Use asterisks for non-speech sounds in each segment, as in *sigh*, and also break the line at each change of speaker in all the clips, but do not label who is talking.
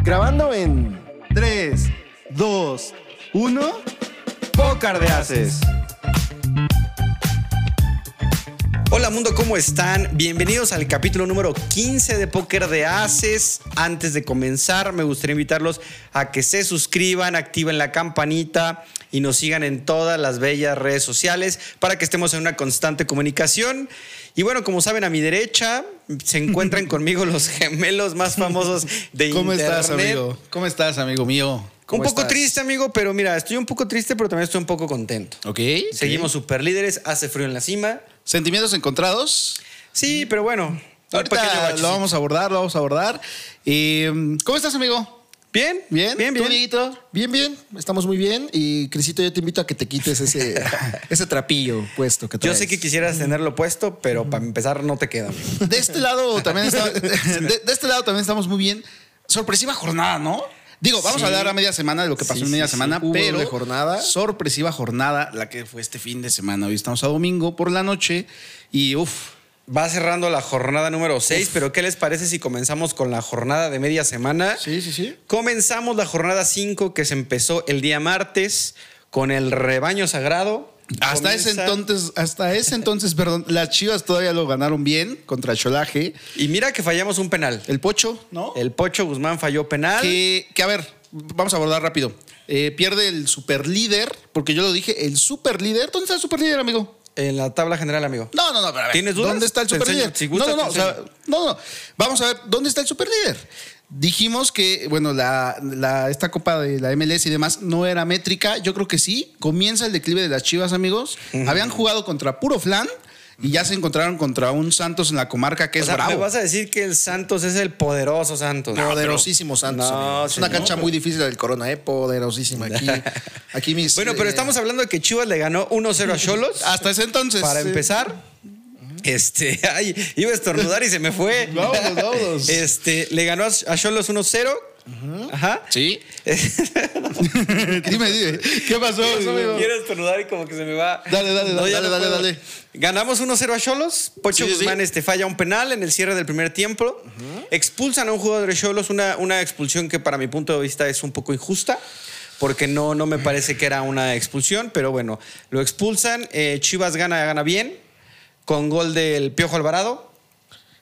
Grabando en 3, 2, 1. Pócar de Haces.
Hola mundo, ¿cómo están? Bienvenidos al capítulo número 15 de Póker de Haces. Antes de comenzar, me gustaría invitarlos a que se suscriban, activen la campanita y nos sigan en todas las bellas redes sociales para que estemos en una constante comunicación. Y bueno, como saben, a mi derecha se
*laughs*
encuentran conmigo los gemelos más famosos de
¿Cómo
internet.
estás, amigo? ¿Cómo estás, amigo mío?
Un
¿Cómo
poco
estás?
triste, amigo, pero mira, estoy un poco triste, pero también estoy un poco contento.
Ok.
Seguimos super líderes, hace frío en la cima.
¿Sentimientos encontrados?
Sí, pero bueno. un pequeño
Mm. Ahorita
bachecito.
lo vamos a abordar, lo vamos a abordar. Eh, ¿Cómo estás, amigo?
Bien,
Bien,
bien,
¿Tú,
bien.
amiguito? Bien, bien. Estamos muy bien. Y Crisito, yo te invito a que te quites *laughs* ese, ese trapillo puesto que
Yo
traes.
sé que quisieras tenerlo puesto, pero para empezar no te queda. amigo.
De este lado también *laughs* está-
de, de este lado también estamos muy bien. Sorpresiva jornada, ¿no? Digo, vamos
Sí.
a hablar a media semana de lo que pasó
Sí,
en media
sí, sí.
semana,
Hubo
pero
doble jornada.
sorpresiva jornada la que fue este fin de semana. Hoy estamos a domingo por la noche y uff,
Va cerrando la jornada número 6, pero ¿qué les parece si comenzamos con la jornada de media semana?
Sí, sí, sí.
Comenzamos la jornada 5 que se empezó el día martes con el rebaño sagrado.
hasta
Comienza-
ese entonces, hasta ese entonces, perdón, las Chivas todavía lo ganaron bien contra Cholaje,
Y mira que fallamos un penal.
el Pocho, ¿no?
El Pocho Guzmán falló penal.
Que, que, a ver, vamos a abordar rápido. Eh, pierde el superlíder, porque yo lo dije, el superlíder. ¿Dónde está el superlíder, amigo?
En la tabla general, amigo.
No, no, no, pero a ver,
¿Tienes dudas?
¿Dónde está el
Te
superlíder?
enseño, si gustas,
no, no, no,
te
o sea,
enseño.
no, no. Vamos a ver, ¿dónde está el superlíder? Dijimos que, bueno, la, la- esta copa de la MLS y demás no era métrica. Yo creo que sí. Comienza el declive de las Chivas, amigos. Habían jugado contra puro flan y ya se encontraron contra un Santos en la comarca
O
que es
sea, me
pues bravo.
vas a decir que el Santos es el poderoso Santos.
Poderosísimo Santos.
No,
amigo. es una
señor.
cancha muy difícil del Corona, ¿eh? Poderosísima. Aquí, aquí mis.
Bueno, pero
eh,
estamos hablando de que Chivas le ganó
*laughs*
1-0 a Cholos.
Hasta ese entonces.
Para
Sí.
empezar, este, *laughs* ay, iba a estornudar y se me
*laughs*
fue.
Vámonos, vámonos.
Este, le ganó a Cholos 1-0. Ajá.
Sí. *laughs* dime, dime. ¿Qué pasó?
*laughs*
amigo?
Quiero estornudar y como que se me va.
Dale, dale,
ya
dale, dale,
puedo.
dale.
Ganamos 1-0 a Cholos. Pocho
Sí, sí, sí.
Guzmán este, falla un penal en el cierre del primer tiempo. Expulsan a un jugador de Cholos, una, una expulsión que para mi punto de vista es un poco injusta. Porque no, no me parece que era una expulsión, pero bueno, lo expulsan. eh, Chivas gana, gana bien, con gol del Piojo Alvarado.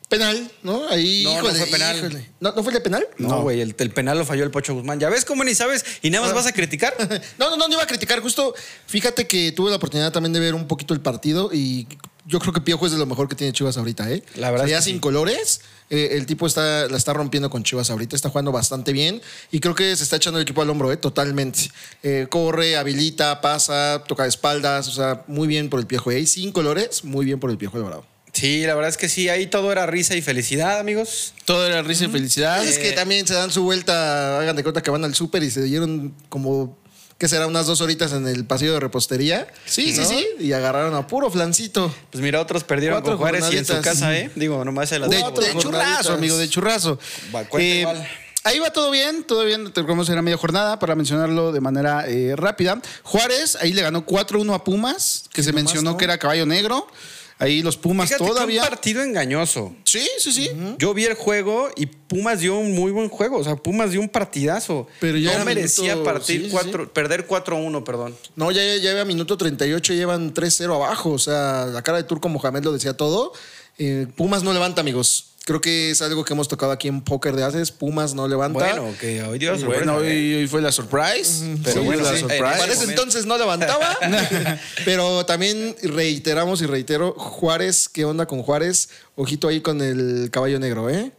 Penal, ¿no? Ahí.
No, no
híjole,
fue penal.
híjole. ¿No, ¿no fue el de penal?
No, güey, el, el penal lo falló el Pocho Guzmán. Ya ves cómo ni sabes y nada
Ah.
más vas a criticar.
No, no, no, no iba a criticar. Justo, fíjate que tuve la oportunidad también de ver un poquito el partido y yo creo que Piojo es de lo mejor que tiene Chivas ahorita, ¿eh?
La verdad
O sea,
es
ya
que
sin
sí.
colores, eh, el tipo está, la está rompiendo con Chivas ahorita, está jugando bastante bien y creo que se está echando el equipo al hombro, ¿eh? Totalmente. Eh, corre, habilita, pasa, toca de espaldas, o sea, muy bien por el Piojo. ¿eh? Y sin colores, muy bien por el Piojo Alvarado.
Sí, la verdad es que sí, ahí todo era risa y felicidad, amigos. Eh,
Todo era risa y felicidad.
Es que también se dan su vuelta, hagan de cuenta que van al súper y se dieron como, ¿qué será? Unas dos horitas en el pasillo de repostería.
Sí,
¿no?
sí, sí.
Y agarraron a puro flancito.
Pues mira, otros perdieron
Cuatro
con Juárez y en su
jornaditas.
casa, ¿eh? Digo, nomás se las
De-
De,
digo.
Cuatro
de
jornaditas.
churraso, amigo, de churraso.
Va, cuenta
Eh, pues
igual.
Ahí va todo bien, todo bien. Recordemos que era media jornada para mencionarlo de manera eh, rápida. Juárez, ahí le ganó 4-1 a Pumas, que se mencionó
¿no?
que era caballo negro. Ahí los Pumas
Fíjate que
todavía.
un partido engañoso.
Sí, sí, sí.
Yo vi el juego y Pumas dio un muy buen juego. O sea, Pumas dio un partidazo.
Pero ya
no
era
merecía
minuto-
partir
sí, sí,
cuatro- perder 4-1, perdón.
No, ya, ya lleva minuto 38, llevan 3-0 abajo. O sea, la cara de Turco Mohamed lo decía todo. Eh, Pumas no levanta, amigos. Creo que es algo que hemos tocado aquí en Póker de Haces. Pumas no levanta.
Bueno, que hoy Dios
Bueno, hoy, hoy fue la surprise.
Pero
Sí,
bueno,
la
sí.
surprise.
Eh,
Para ese
momento.
entonces no
*laughs*
levantaba. pero también reiteramos y reitero, Juárez, ¿qué onda con Juárez? Ojito ahí con el caballo negro, ¿eh?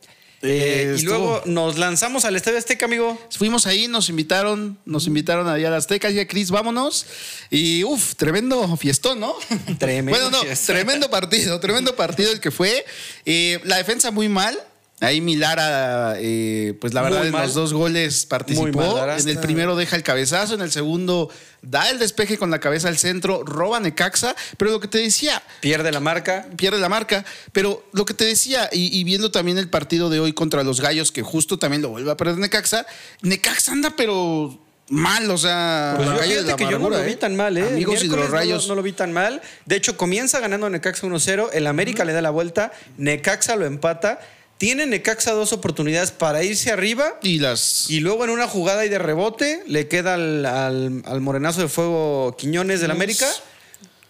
Eh, y
estuvo-
luego nos lanzamos al Estadio Azteca, amigo.
Fuimos ahí, nos invitaron, nos invitaron allá a las Aztecas, ya Cris, vámonos. Y uff, tremendo fiestón, ¿no?
*laughs* Tremendo
bueno, no,
fiestón.
tremendo partido, tremendo partido el que fue. Eh, la defensa muy mal. Ahí Milara, eh, pues la verdad,
Muy
en
mal.
los dos goles participó.
Muy mal, Lara.
en el primero deja el cabezazo, en el segundo da el despeje con la cabeza al centro, roba a Necaxa. Pero lo que te decía,
Pierde la marca.
pierde la marca. Pero lo que te decía, y, y viendo también el partido de hoy contra los Gallos, que justo también lo vuelve a perder Necaxa, Necaxa anda pero mal, o sea...
Pues
la
yo,
calle de
fíjate
la
que yo no
amargura,
lo vi
¿eh?
tan mal, ¿eh? El
Amigos
miércoles
hidrorrayos.
No, lo- no lo vi tan mal. De hecho, comienza ganando Necaxa 1-0. El América le da la vuelta. Necaxa lo empata. Tiene Necaxa dos oportunidades para irse arriba.
y las...
Y luego en una jugada y de rebote le queda al, al- al morenazo de fuego Quiñones del América.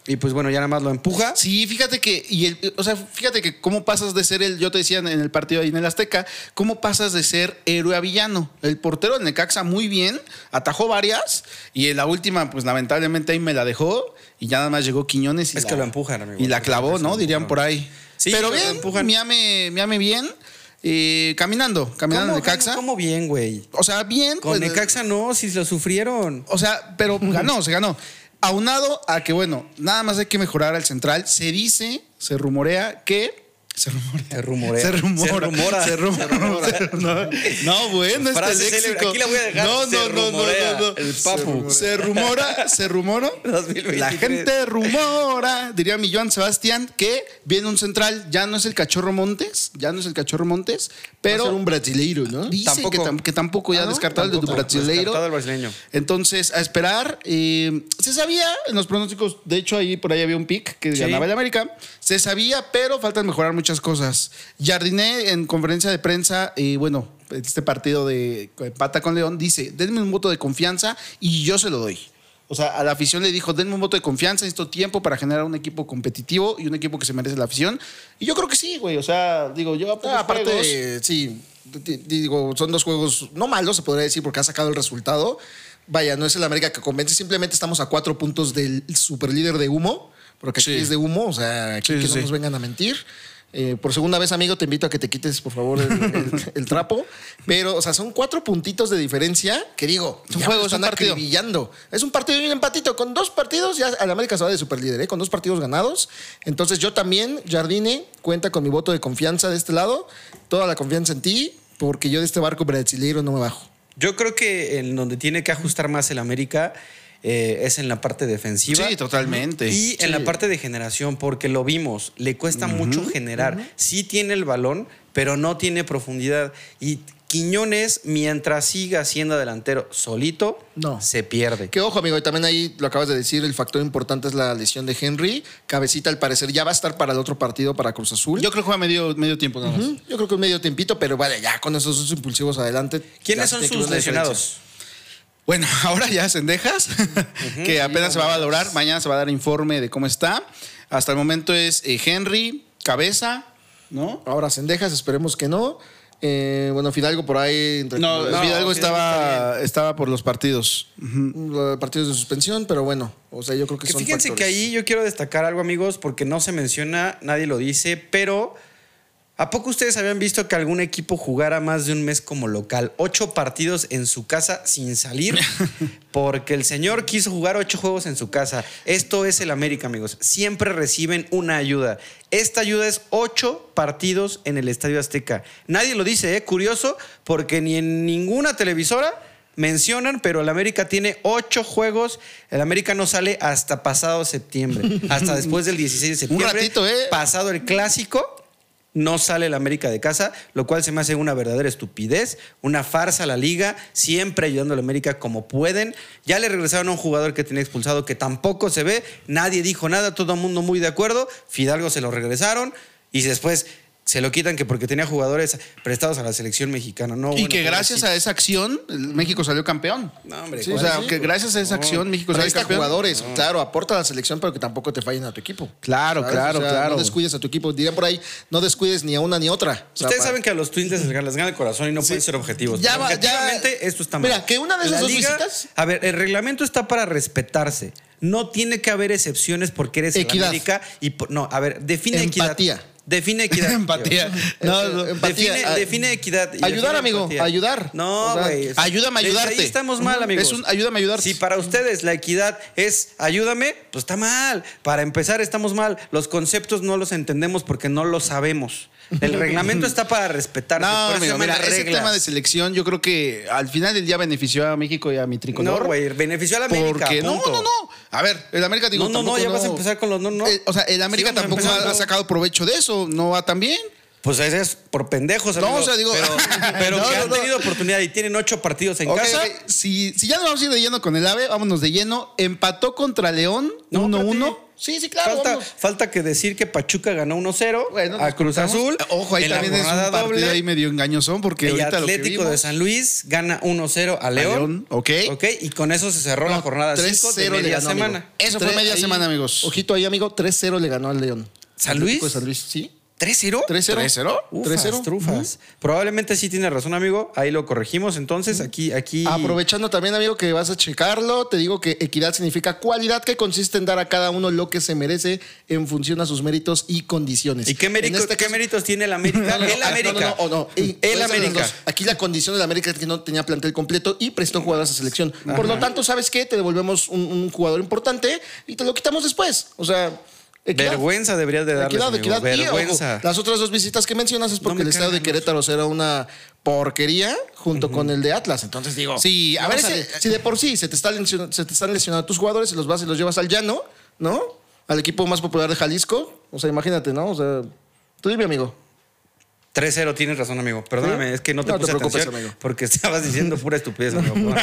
Y pues bueno, ya nada más lo empuja.
Sí, fíjate que, y el, o sea, fíjate que cómo pasas de ser el, yo te decía en el partido ahí en el Azteca, cómo pasas de ser héroe a villano. El portero del Necaxa muy bien, atajó varias, y en la última, pues lamentablemente ahí me la dejó, y ya nada más llegó Quiñones y
Es
la,
que lo empujan, amigo.
Y la clavó,
Es que lo
¿no? Dirían
empujan.
por ahí.
Sí,
Pero
lo
bien,
empujan.
Miame, Miame bien, eh, caminando, caminando
¿Cómo,
en Necaxa.
cómo bien, güey?
O sea, bien.
Con
pues,
Necaxa no, si lo sufrieron.
o sea,
*laughs*
pero ganó, se ganó. Aunado a que, bueno, nada más hay que mejorar al central. Se dice, se rumorea que. Se rumorea.
Se rumorea.
Se rumora.
Se rumora.
Se rumora. Se rumora. *laughs* No, bueno, este
Frase célebre.
léxico.
Aquí la voy a dejar.
No, no,
Se
no, no,
rumorea.
no, no.
El papu.
Se rumora, se rumora.
*laughs* 2023.
La gente rumora, diría mi Joan Sebastián, que viene un central. Ya no es el Cachorro Montes, ya no es el Cachorro Montes,
Va a ser
pero
un brasileiro, ¿no?
dice
Tampoco.
Que, tam- que tampoco ya
Ah, ¿no?
descartado el de tu
Tampoco.
brasileiro.
Descartado el brasileño.
Entonces, a esperar. eh, se sabía en los pronósticos, de hecho, ahí por ahí había un pick que
Sí.
ganaba el América. Se sabía, pero faltan mejorar muchas cosas. Jardiné en conferencia de prensa, y bueno, este partido de pata con León, dice: denme un voto de confianza y yo se lo doy. O sea, a la afición le dijo, denme un voto de confianza, necesito tiempo para generar un equipo competitivo y un equipo que se merece la afición. Y yo creo que sí, güey. O sea, digo, yo a pocos
Ah, aparte,
juegos-
sí, di- digo, son dos juegos no malos, se podría decir, porque ha sacado el resultado. Vaya, no es el América que convence, simplemente estamos a cuatro puntos del superlíder de humo, porque aquí
Sí.
es de humo, o sea, aquí
Sí,
que
sí,
no
sí.
nos vengan a mentir. Eh, por segunda vez, amigo, te invito a que te quites, por favor, el,
*laughs*
el- el trapo. Pero, o sea, son cuatro puntitos de diferencia que digo,
Es un
ya
juego,
me
es un
están
partido.
acribillando. Es un partido y un empatito. Con dos partidos, ya el América se va de superlíder, ¿eh? con dos partidos ganados. Entonces, yo también, Jardine, cuenta con mi voto de confianza de este lado. Toda la confianza en ti, porque yo de este barco brasileiro no me bajo.
Yo creo que en donde tiene que ajustar más el América eh, es en la parte defensiva.
Sí, totalmente.
Y en la parte de generación, porque lo vimos, le cuesta mucho generar. Sí tiene el balón, pero no tiene profundidad. Y Quiñones, mientras siga siendo delantero solito,
No.
se pierde.
Que ojo, amigo, y también ahí lo acabas de decir, el factor importante es la lesión de Henry. Cabecita, al parecer, ya va a estar para el otro partido, para Cruz Azul.
Yo creo que juega medio, medio tiempo nada más.
Ujú, yo creo que un medio tiempito, pero vale, ya con esos dos impulsivos adelante.
¿Quiénes
ya
son
tiene que haber
sus
una
lesionados?
Bueno, *laughs* ahora ya Cendejas, que apenas se va a valorar. Mañana se va a dar informe de cómo está. Hasta el momento es eh, Henry, Cabeza, ¿no?
Ahora Cendejas, esperemos que no. Eh, bueno, Fidalgo por ahí. entre-
No,
eh,
Fidalgo
Fidalgo está
estaba, estaba por los partidos.
eh, partidos de suspensión, pero bueno, o sea, yo creo que,
Que
son
fíjense que
factores.
ahí yo quiero destacar algo, amigos, porque no se menciona, nadie lo dice, pero ¿a poco ustedes habían visto que algún equipo jugara más de un mes como local? Ocho partidos en su casa sin
*laughs*
salir, porque el señor quiso jugar ocho juegos en su casa. Esto es el América, amigos. Siempre reciben una ayuda. Esta ayuda es ocho partidos en el Estadio Azteca. Nadie lo dice, ¿eh? Curioso, porque ni en ninguna televisora mencionan, pero el América tiene ocho juegos. El América no sale hasta pasado septiembre, hasta después del 16 de
*laughs*
septiembre.
ratito, ¿eh?
Pasado el clásico, no sale el América de casa, lo cual se me hace una verdadera estupidez, una farsa a la liga, siempre ayudando al América como pueden. Ya le regresaron a un jugador que tenía expulsado que tampoco se ve, nadie dijo nada, todo el mundo muy de acuerdo. Fidalgo se lo regresaron y después. Se lo quitan que porque tenía jugadores prestados a la selección mexicana, ¿no?
y que gracias a esa acción, México salió campeón.
No, hombre,
o
¿cuál
sea,
sí?
que gracias a esa acción, México salió
Presta
campeón.
jugadores, claro, aporta a la selección, pero que tampoco te fallen a tu equipo.
Claro,
¿sabes?
claro,
O sea,
claro.
No descuides a tu equipo. Dirían por ahí, no descuides ni a una ni a otra. O sea,
Ustedes
pa-
saben que a los Twins les les gana el corazón y no pueden ser objetivos.
Ya
Pero
va- ya-
objetivamente, esto está mal.
Mira, que una de esas
La
dos visitas-
A ver, el reglamento está para respetarse. No tiene que haber excepciones porque eres el
Equidad.
América y por- no, a ver, define
Empatía.
equidad. Define
*laughs*
*laughs*
equidad.
Empatía. No, no.
Este,
Empatía.
Define,
Ah,
define equidad. y
ayudar,
define
amigo,
empatía.
ayudar.
No,
O sea,
güey.
ayúdame a
desde
ayudarte.
Ahí estamos mal,
Ujú,
amigos.
es un ayúdame a ayudarte.
Si para ustedes la equidad es ayúdame, pues está mal. Para empezar, estamos mal. Los conceptos no los entendemos porque no los sabemos.
*laughs*
El reglamento está para respetarse.
No,
por eso
amigo,
se llaman
mira, ese
reglas.
tema de selección yo creo que al final del día benefició a México y a mi tricolor.
No, güey, benefició a la América.
Porque no,
punto.
no, no. A ver, el América digo
No, no,
tampoco
no, ya vas a empezar con los no, no.
Eh, o sea, el América
Sí, vamos
tampoco ha,
empezando.
ha sacado provecho de eso, no va tan bien.
Pues ese es por pendejos,
No,
amigo.
o sea, digo- *laughs*
Pero, pero
No,
que
no,
han
no.
tenido oportunidad y tienen ocho partidos en
Ok,
casa.
ok, Si, si ya nos vamos a ir de lleno con el AVE, vámonos de lleno. Empató contra León
No,
1-1.
espérate.
sí, sí, claro.
falta,
vámonos.
falta que decir que Pachuca ganó 1-0
Bueno, nos
a Cruz
cortamos.
Azul.
Ojo, ahí
en la
también es un
jornada
partido
doble.
ahí medio engañosón porque
el
ahorita lo que
Atlético de
vimos-
San Luis gana 1-0 a León.
León, ok.
Ok, y con eso se cerró la
No,
jornada 5 de
3-0 le
media
ganó,
semana.
amigo.
Eso fue
Tres-
media
ahí-
semana, amigos.
Ojito ahí, amigo. 3-0 le ganó al León.
¿San
Atlético
Pues
Luis?
de San Luis, sí.
3-0.
3-0.
3-0.
Ufas,
3-0.
trufas. Probablemente sí tiene razón, amigo. Ahí lo corregimos. Entonces, aquí, aquí.
Ah,
Aprovechando también, amigo, que vas a checarlo, te digo que equidad significa cualidad que consiste en dar a cada uno lo que se merece en función a sus méritos y condiciones.
¿Y qué, mérito-
En este
qué
caso-
méritos tiene
*laughs*
el América?
No, no,
el
no,
América.
no, no, no, no. Y- pueden ser
El
los
América.
dos. Aquí la condición del América es que no tenía plantel completo y prestó jugadores a selección. Por lo tanto, ¿sabes qué? Te devolvemos un, un jugador importante y te lo quitamos después. O sea, equidad.
Vergüenza deberías de darle.
Equidad, equidad. Y, ojo,
Vergüenza.
las otras dos visitas que mencionas es
No
porque
me
el estado de
cagan los-
Querétaros era una porquería junto con el de Atlas. Entonces digo,
Sí, a
no,
ver,
o sea,
ese-
si de por sí se te, está lesion- se te están lesionando tus jugadores y los vas y los llevas al llano, ¿no? Al equipo más popular de Jalisco. O sea, imagínate, ¿no? O sea, tú dime, amigo.
3-0, tienes razón, amigo. Perdóname,
¿Sí?
es que no te
No te
puse
preocupes,
atención
amigo.
porque estabas
*laughs*
diciendo pura estupidez, amigo.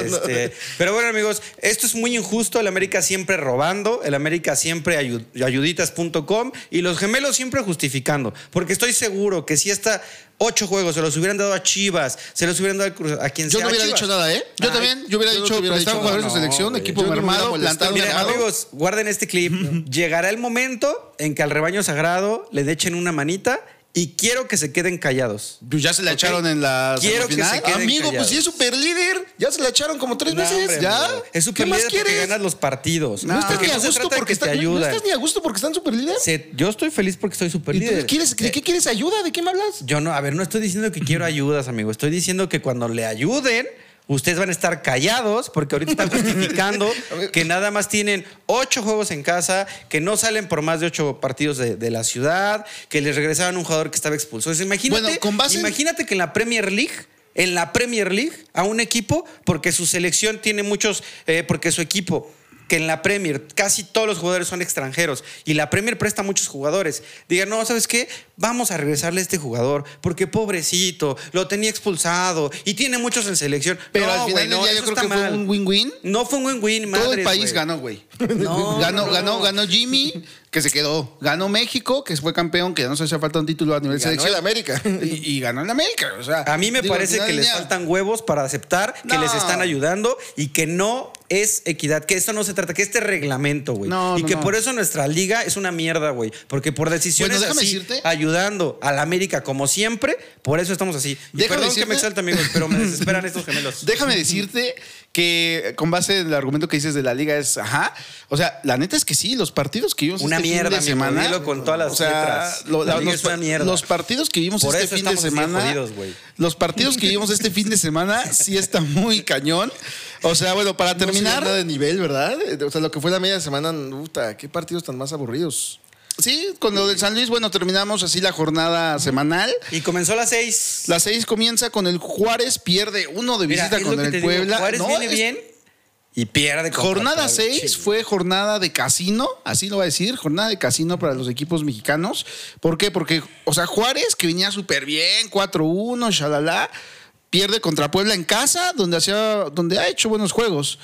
Este, Pero bueno, amigos, esto es muy injusto. El América siempre robando, el América siempre ayu- ayuditas.com y los gemelos siempre justificando. Porque estoy seguro que si esta ocho juegos se los hubieran dado a Chivas, se los hubieran dado a, Cruz- a quien
Yo
sea.
no hubiera
Chivas.
dicho nada, ¿eh?
Yo también, yo hubiera
no
dicho,
te
prestar
dicho
jugadores
nada.
de selección,
güey.
equipo
Yo no me hubiera
mermado,
molestado.
plantel
Mira,
mermado.
amigos, guarden este clip. Llegará el momento en que al rebaño sagrado le echen una manita y quiero que se queden callados.
Pues ya se la echaron en la
Quiero que se
semifinal.
quede- Queden
Amigo, pues
callados.
si es super líder. Ya se la echaron como tres
No,
veces.
hombre,
ya.
amigo. Es
¿Qué
super
más
líder porque
quieres?
ganas los partidos.
No, estás
Porque
ni a
se
gusto
trata de
porque
que te
están, no- no
ayudan.
estás ni a gusto porque están super líder.
Se- yo estoy feliz porque soy super
¿Y tú
líder.
quieres- ¿De qué quieres ayuda? ¿De qué me hablas?
Yo no, a ver, no estoy diciendo que quiero ayudas, amigo. Estoy diciendo que cuando le ayuden, ustedes van a estar callados porque ahorita están
*laughs*
justificando que nada más tienen ocho juegos en casa, que no salen por más de ocho partidos de, de la ciudad, que les regresaron un jugador que estaba expulsado. Entonces, imagínate,
Bueno, con base en-
imagínate que en la Premier League. En la Premier League a un equipo porque su selección tiene muchos, eh, porque su equipo que en la Premier casi todos los jugadores son extranjeros y la Premier presta muchos jugadores. Digan, no, ¿sabes qué? Vamos a regresarle a este jugador porque pobrecito, lo tenía expulsado y tiene muchos en selección.
Pero
No,
al final
güey,
del
no,
día yo
eso
creo
está
que fue
mal.
un win-win.
No fue un win-win,
Todo el
madres,
país
güey.
ganó, güey.
*laughs* No,
ganó,
no,
ganó,
no.
ganó Jimmy, que se quedó. Ganó México, que fue campeón, que ya nos hacía falta un título a nivel
Ganó
selección.
el América.
Y, y ganó el América. O sea,
A mí me
digo, al
parece
final
que
del
les
día-
faltan huevos para aceptar que
No.
les están ayudando y que no es equidad, que esto no se trata, que este reglamento, güey.
No,
y
no,
que
no.
por eso nuestra liga es una mierda, güey. Porque por decisiones
Bueno, déjame
así,
decirte-
ayudando a la América como siempre, por eso estamos así. Y
Déjame
perdón que
decirte-
me exalte, amigos, pero me desesperan estos gemelos.
*laughs* Déjame decirte que con base en el argumento que dices de la liga es, ajá, o sea, la neta es que sí, los partidos que vimos
Una
este fin
mierda,
de
amigo,
semana,
dilo con todas las
o sea,
letras.
lo-
La
la-
liga
los,
es una mierda.
los partidos que vimos
Por
este
eso
fin de
estamos así de
semana,
jodidos, güey.
los partidos que vimos este fin de semana sí está muy cañón. O sea, bueno, para terminar,
de nivel, ¿verdad? O sea, lo que fue la media semana, puta, qué partidos tan más aburridos.
sí, con lo del San Luis, bueno, terminamos así la jornada semanal.
Y comenzó a las seis.
La 6 comienza con el Juárez pierde uno de
Mira,
visita
es lo
con
que
el
te digo,
Puebla.
Juárez
No,
viene
es-
bien y pierde. contra
Jornada
Puebla.
6 fue jornada de casino, así lo va a decir, jornada de casino para los equipos mexicanos. ¿Por qué? Porque, o sea, Juárez, que venía súper bien, 4-1, shalala, pierde contra Puebla en casa, donde, hacía, donde ha hecho buenos juegos.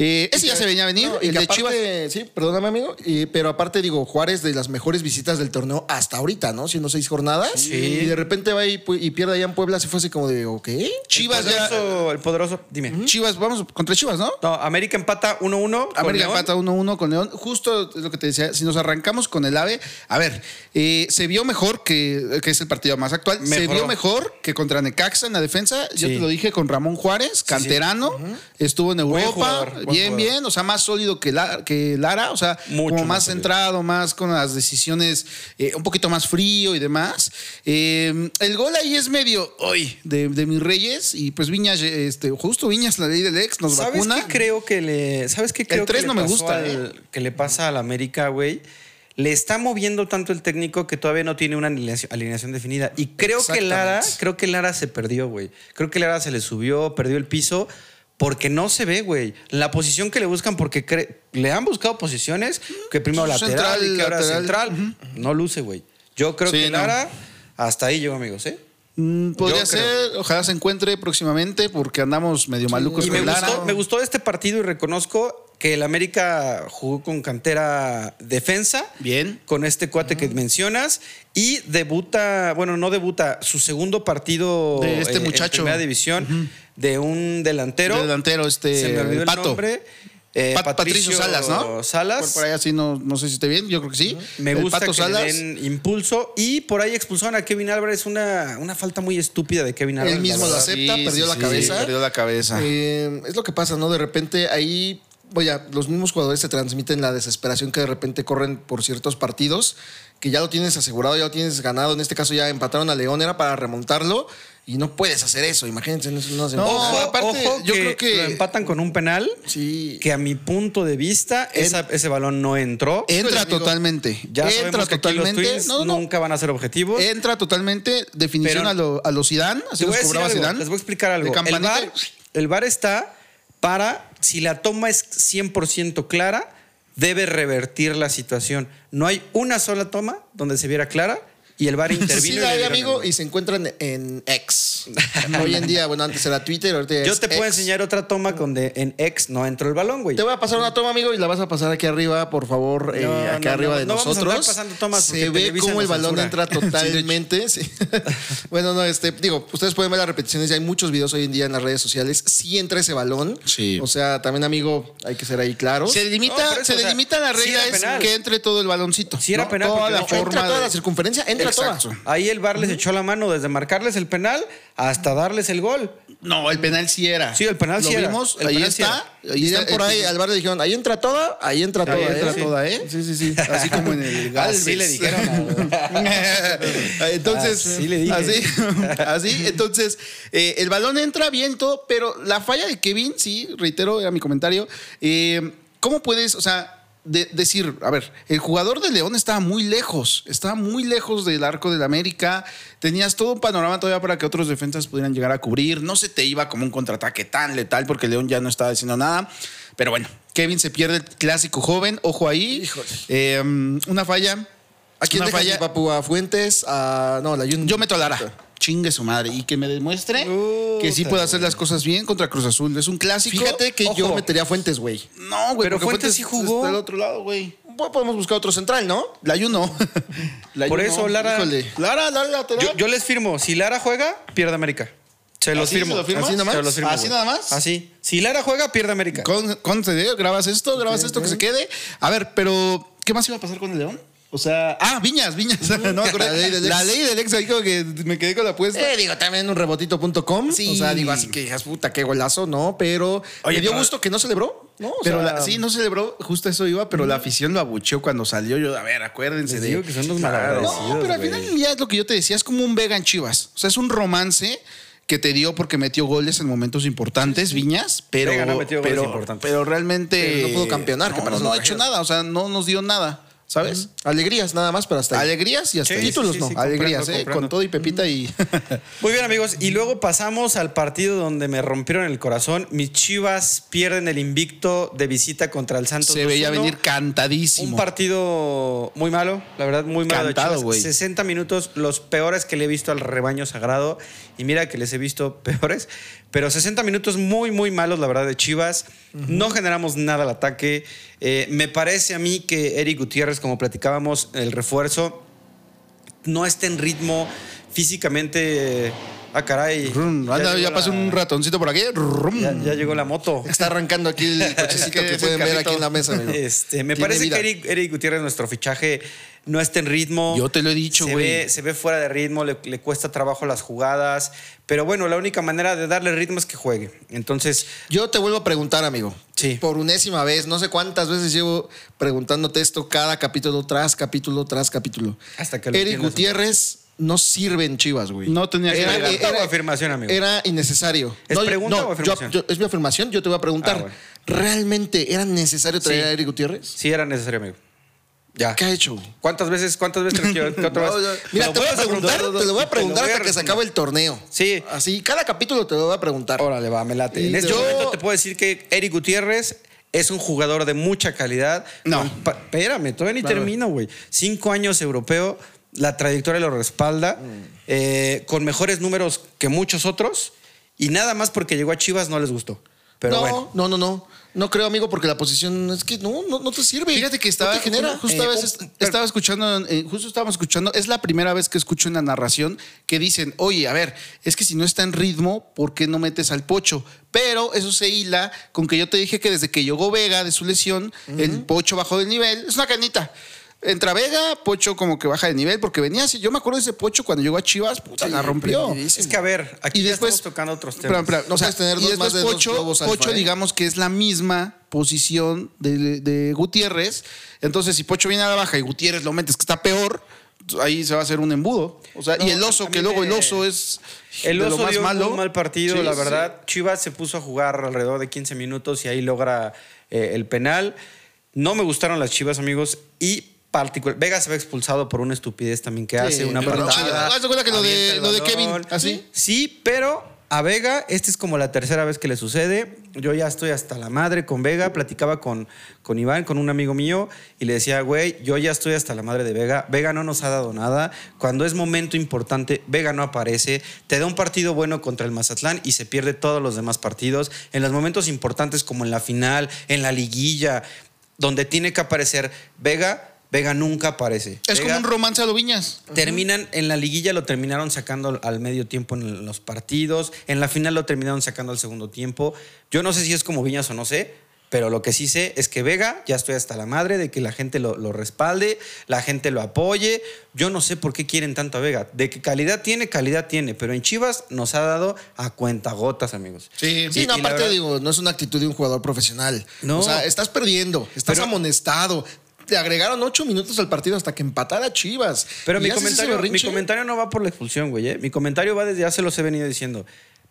Eh, ese ya se venía a venir,
No, y
el
que
de Chivas.
aparte- Sí, perdóname, amigo. y- pero aparte, digo, Juárez de las mejores visitas del torneo hasta ahorita, ¿no? Siendo seis jornadas. Y de repente va y, pu- y pierde allá en Puebla. Se fue así como de, ok.
Chivas
El
ya.
poderoso, el poderoso, dime.
Chivas, vamos contra Chivas, ¿no?
No, América empata 1-1. con
América
León.
empata 1-1 con León. Justo es lo que te decía, si nos arrancamos con el AVE, a ver, eh, se vio mejor que, que es el partido más actual, se
Mejoró.
vio mejor que contra Necaxa en la defensa yo
Sí.
te lo dije, con Ramón Juárez, canterano, estuvo en
Buen
Europa,
jugador, buen
bien,
jugador.
bien, o sea, más sólido que, La- que Lara, o sea,
Mucho
como
más
más
sólido.
centrado, más con las decisiones, eh, un poquito más frío y demás. Eh, el gol ahí es medio hoy de, de mis Reyes y pues Viñas, eh, este, justo Viñas, la ley del ex, nos
¿Sabes
vacuna.
qué creo que le. ¿Sabes qué creo
tres
que
no me
le pasó
gusta, eh.
al- que le pasa al América, güey? Le está moviendo tanto el técnico que todavía no tiene una alineación, alineación definida. Y creo que Lara,
Exactamente.
creo que Lara se perdió, güey. Creo que Lara se le subió, perdió el piso. Porque no se ve, güey. La posición que le buscan, porque cre- le han buscado posiciones que primero lateral
Central,
y que ahora
lateral.
central. No luce, güey. Yo creo
Sí,
que
no.
Lara hasta ahí llegó, amigos, ¿eh?
Mm, Podría
Yo
ser,
creo.
ojalá se encuentre próximamente porque andamos medio malucos
Y
con
me
Lara.
gustó, me gustó este partido y reconozco que el América jugó con cantera defensa.
Bien.
Con este cuate que mencionas. Y debuta, bueno, no debuta, su segundo partido
De este
en
muchacho.
primera división de un delantero.
delantero este
Se me olvidó el
Pato.
nombre. Eh,
Pat- Patricio, Salas, ¿no?
Salas.
Por, por ahí así no, no sé si esté bien, yo creo que sí.
Me
El
gusta
Pato
que
Salas.
le den impulso. Y por ahí expulsaron a Kevin Álvarez. Una, una falta muy estúpida de Kevin Álvarez.
Él mismo
la
lo
verdad.
acepta,
Sí,
perdió
sí,
la
sí,
cabeza.
perdió la cabeza.
Eh, es lo que pasa, ¿no? De repente ahí, vaya, los mismos jugadores se transmiten la desesperación que de repente corren por ciertos partidos, que ya lo tienes asegurado, ya lo tienes ganado. En este caso ya empataron a León, era para remontarlo y no puedes hacer eso. Imagínense, no, no se-
No,
Ojo,
aparte,
ojo
yo
que
creo que-
lo empatan con un penal.
Sí.
Que a mi punto de vista, esa- ese balón no entró.
Entra
amigo.
totalmente.
ya
entra
sabemos que aquí los
totalmente.
Twins
No, no,
nunca van a ser objetivos.
Entra totalmente. Definición
Pues, Pero-
a lo, a lo Zidane. Así
Te voy
los
a decir
cobraba
algo,
Zidane.
Les voy a explicar
De
algo. El
campanita.
bar, el VAR está para, si la toma es 100% clara, debe revertir la situación. No hay una sola toma donde se viera clara y
*laughs*
el bar intervino.
Sí,
y
la
le
hay,
dieron el
amigo,
gol.
y se encuentran en
*laughs*
X. Hoy en día, bueno, antes era Twitter, ahorita ya
Yo
es
te puedo
X.
enseñar otra toma donde en ex no entró el balón, güey.
Te voy a pasar una toma, amigo, y la vas a pasar aquí arriba, por favor, eh,
No,
acá
no,
arriba
no,
de
no vamos a
nosotros.
andar pasando tomas porque
Se ve
Televisa
cómo el
nos
balón
censura. *laughs*
entra totalmente. sí. *laughs* bueno, no, este, digo, ustedes pueden ver las repeticiones, ya hay muchos videos hoy en día en las redes sociales. Sí entra ese balón.
Sí.
O sea, también, amigo, hay que ser ahí claros.
Se delimita,
No, por eso,
se
o sea,
delimita la
sí
regla
era
es
penal.
que entre todo el baloncito.
Sí era
¿no?
penal,
Toda
porque
la
no-
forma.
entra toda
de-
la circunferencia, entra
Exacto.
toda.
Ahí el VAR les echó la mano desde marcarles el penal hasta darles el gol.
No, el penal sí era.
Sí, el penal
Lo
sí era.
vimos,
El
ahí
penal sí
está.
era.
Ahí
Dirían
está,
por ahí,
este-
al bar le dijeron, ahí entra toda, ahí entra toda.
Ahí
¿eh?
entra
Sí.
toda, ¿eh? Sí, sí, *laughs* sí. Así como
*laughs*
en el Galvez.
Así le dijeron
*laughs* entonces,
Así le dije.
Así, así, entonces, eh, el balón entra bien todo, pero la falla de Kevin, sí, reitero, era mi comentario. eh, ¿Cómo puedes, o sea, de- decir, a ver, el jugador de León estaba muy lejos, estaba muy lejos del arco del América, tenías todo un panorama todavía para que otros defensas pudieran llegar a cubrir, no se te iba como un contraataque tan letal porque León ya no estaba diciendo nada, pero bueno, Kevin se pierde el clásico joven, ojo ahí, Eh, una falla.
¿A quién
una
dejas, mi papu? ¿A Fuentes? A... No, la Jun-
yo meto a Lara. Chingue su madre. Y que me demuestre
Puta,
que sí puede hacer las cosas bien contra Cruz Azul. Es un clásico.
Fíjate que yo
Ojo.
metería a Fuentes, güey.
No, güey.
Pero
porque
Fuentes sí jugó.
está Del otro lado, güey.
Bueno, podemos buscar otro central, ¿no?
La Yuno. *laughs* La
Por
Yu no.
eso, Lara-
Híjole. Lara, Lara, lateral.
Yo, yo les firmo, si Lara juega, pierde América. Se los
¿Así
firmo.
se lo firmas?
¿Así nada más? Se los firmo,
¿Así
güey.
nada más?
Así. Si Lara juega, pierde América.
Con, con- te- grabas esto, grabas esto, que se quede. A ver, pero ¿qué más iba a pasar con el León? O sea, ah, Viñas, Viñas. *laughs* No, me acordé.
La ley del ex.
la ley del ex, ahí como que me quedé con la apuesta.
Eh, digo, también un rebotito.com.
Sí.
O sea, digo, así que digas, puta, qué golazo, ¿no? Pero
Oye,
me dio
pero-
gusto que no celebró, ¿no? O
pero
sea,
la- sí, no celebró, justo eso iba, pero la afición lo abucheó cuando salió. Yo, a ver, acuérdense
Les
de.
digo que son los malagradecidos,
No, pero al
güey.
final del día es lo que yo te decía, es como un Vega en Chivas. O sea, es un romance que te dio porque metió goles en momentos importantes, Viñas, pero.
Vega no metió goles
pero,
importantes.
pero realmente.
Pero no pudo campeonar, que
No,
para
no,
eso
no
lo
ha hecho
trajeron.
nada, o sea, no nos dio nada, ¿sabes?
Alegrías nada más, pero hasta ahí.
Alegrías y hasta
Sí,
ahí.
sí,
títulos,
sí,
no.
sí,
Alegrías,
comprendo,
¿eh?
comprendo.
Con todo y Pepita *laughs* y.
Muy bien, amigos. Y luego pasamos al partido donde me rompieron el corazón. Mis chivas pierden el invicto de visita contra el Santos.
Se veía
2-1.
venir cantadísimo.
Un partido muy malo, la verdad, muy malo. de
Cantado,
Chivas.
güey.
60 minutos, los peores que le he visto al rebaño sagrado. Y mira que les he visto *laughs* peores. Pero 60 minutos muy, muy malos, la verdad, de Chivas. No generamos nada al ataque. Eh, me parece a mí que Eric Gutiérrez, como platicábamos, el refuerzo, no está en ritmo físicamente. eh, ah, caray.
Rum, anda,
llegó
ya pasó
la-
un ratoncito por aquí. Rum.
Ya, ya llegó la moto.
Está arrancando aquí
*laughs*
el cochecito
Es que
que
es
pueden
el
ver aquí
carrito.
en la mesa, amigo.
Este, me
Tiene
parece
vida.
que Eric, Eric Gutiérrez, nuestro fichaje, no está en ritmo.
Yo te lo he dicho,
Se
güey.
ve- Se ve fuera de ritmo, le, le cuesta trabajo las jugadas. Pero bueno, la única manera de darle ritmo es que juegue. Entonces,
Yo te vuelvo a preguntar, amigo.
Sí.
Por unésima vez, no sé cuántas veces llevo preguntándote esto cada capítulo tras capítulo tras capítulo.
Hasta que lo
Eric
entiendas.
Gutiérrez no sirve en Chivas, güey.
No tenía que
Era-
llegar.
¿Pregunta o afirmación, amigo?
Era innecesario.
¿Es
yo-
pregunta o
yo-
afirmación?
yo- es mi afirmación, yo te voy a preguntar.
Ah, bueno.
¿Realmente era necesario traer
Sí.
a Eric Gutiérrez?
sí era necesario, amigo. Ya.
¿Qué ha hecho? güey?
¿Cuántas veces? ¿Cuántas veces? te
*laughs*
lo quiero- ¿Qué otra vez?
No, yo-
¿Me
mira,
lo
te, voy a
puedes
preguntar, te lo voy a preguntar
Te lo voy a
hasta que se
responder.
acabe el torneo.
Sí.
Así, cada capítulo te lo voy a preguntar.
Órale, va, me late. En este
Yo-
momento te puedo decir que Eric Gutiérrez es un jugador de mucha calidad.
No.
Con- pa- Espérame, todavía ni
Vale.
termino, güey. Cinco años europeo, la trayectoria lo respalda, eh, con mejores números que muchos otros, y nada más porque llegó a Chivas no les gustó. Pero
no,
bueno.
no, no, no. No creo, amigo, porque la posición es que no, no, no te sirve.
Fíjate que estaba,
No te genera.
justo a
Eh,
veces
un-
estaba escuchando, eh, justo estábamos escuchando, es la primera vez que escucho en la narración que dicen, oye, a ver, es que si no está en ritmo, ¿por qué no metes al pocho? Pero eso se hila con que yo te dije que desde que llegó Vega de su lesión, el pocho bajó del nivel, es una canita. Entra Vega, Pocho como que baja de nivel, porque venía así. Yo me acuerdo de ese Pocho cuando llegó a Chivas, puta, la rompió.
prendidísimo.
Es que a ver, aquí ya estamos tocando otros temas.
Espera, espera,
No puedes tener
y
dos
después
más de dos
Pocho,
globos alfa,
Pocho,
¿eh?
digamos que es la misma posición de, de Gutiérrez. Entonces, si Pocho viene a la baja y Gutiérrez lo metes, que está peor, ahí se va a hacer un embudo. O sea,
No,
y el oso,
a mí
que luego
me-
el oso es
El
de
oso
lo más
dio
malo.
un mal partido,
Sí,
la
sí.
verdad. Chivas se puso a jugar alrededor de 15 minutos y ahí logra eh, el penal. No me gustaron las Chivas, amigos, y particular Vega se ve expulsado por una estupidez también que hace, una
pero
patada.
Chivas- haz de cuenta que lo de-
avienta el
Eh, lo de Kevin,
balón.
¿así?
Sí, pero a Vega, esta es como la tercera vez que le sucede. Yo ya estoy hasta la madre con Vega. Platicaba con, con Iván, con un amigo mío, y le decía, güey, yo ya estoy hasta la madre de Vega. Vega no nos ha dado nada. Cuando es momento importante, Vega no aparece. Te da un partido bueno contra el Mazatlán y se pierde todos los demás partidos. En los momentos importantes, como en la final, en la liguilla, donde tiene que aparecer Vega, Vega nunca aparece.
Es
Vega-
como un romance a lo Viñas.
Terminan en la liguilla, lo terminaron sacando al medio tiempo en los partidos. En la final lo terminaron sacando al segundo tiempo. Yo no sé si es como Viñas o no sé, pero lo que sí sé es que Vega, ya estoy hasta la madre de que la gente lo, lo respalde, la gente lo apoye. Yo no sé por qué quieren tanto a Vega. De que calidad tiene, calidad tiene, pero en Chivas nos ha dado a cuentagotas, amigos.
Sí, sí,
Y-
no,
y la
aparte
verdad-
digo, no es una actitud de un jugador profesional.
No.
O sea, estás perdiendo, estás
Pero-
amonestado. Te agregaron ocho minutos al partido hasta que empatara Chivas.
Pero
Y
mi
haces ese
comentario, mi
berrinche.
comentario no va por la expulsión, güey. ¿eh? Mi comentario va desde ya se los he venido diciendo.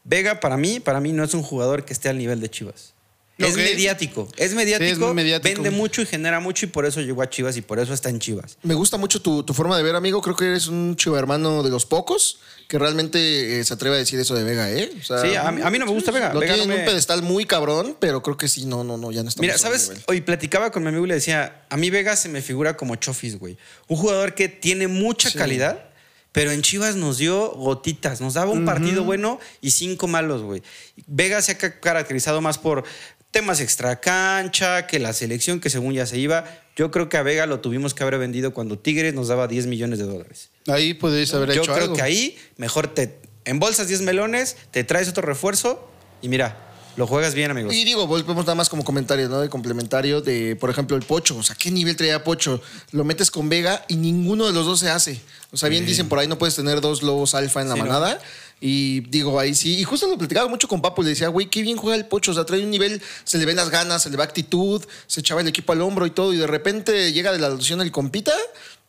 Vega, para mí, para mí no es un jugador que esté al nivel de Chivas. Es
Ok.
mediático, es mediático,
muy mediático.
vende mucho y genera mucho y por eso llegó a Chivas y por eso está en Chivas.
Me gusta mucho tu, tu forma de ver, amigo. Creo que eres un chivo hermano de los pocos que realmente eh, se atreve a decir eso de Vega, ¿eh? O sea,
Sí, a mí- a mí no me gusta Vega.
Lo
Vega
tiene
no
en
me-
un pedestal muy cabrón, pero creo que sí, no, no, no, ya no está.
Mira, ¿sabes? Hoy platicaba con mi amigo y le decía, a mí Vega se me figura como Chofis, güey. Un jugador que tiene mucha calidad, pero en Chivas nos dio gotitas. Nos daba un partido bueno y cinco malos, güey. Vega se ha ca- caracterizado más por temas extra cancha, que la selección que según ya se iba. Yo creo que a Vega lo tuvimos que haber vendido cuando Tigres nos daba 10 millones de dólares.
Ahí podéis haber
Yo
hecho
creo
algo.
que ahí mejor te embolsas 10 melones, te traes otro refuerzo y mira, lo juegas bien, amigos.
Y digo, volvemos nada más como comentario, ¿no? De complementario de, por ejemplo, el Pocho. O sea, ¿qué nivel traía Pocho? Lo metes con Vega y ninguno de los dos se hace. O sea, bien dicen por ahí no puedes tener dos lobos alfa en la
Sí, no.
manada. Y digo, ahí sí. Y justo lo platicaba mucho con Papu. Le decía, güey, qué bien juega el Pocho. O sea, trae un nivel, se le ven las ganas, se le va actitud, se echaba el equipo al hombro y todo. Y de repente llega de la alusión el compita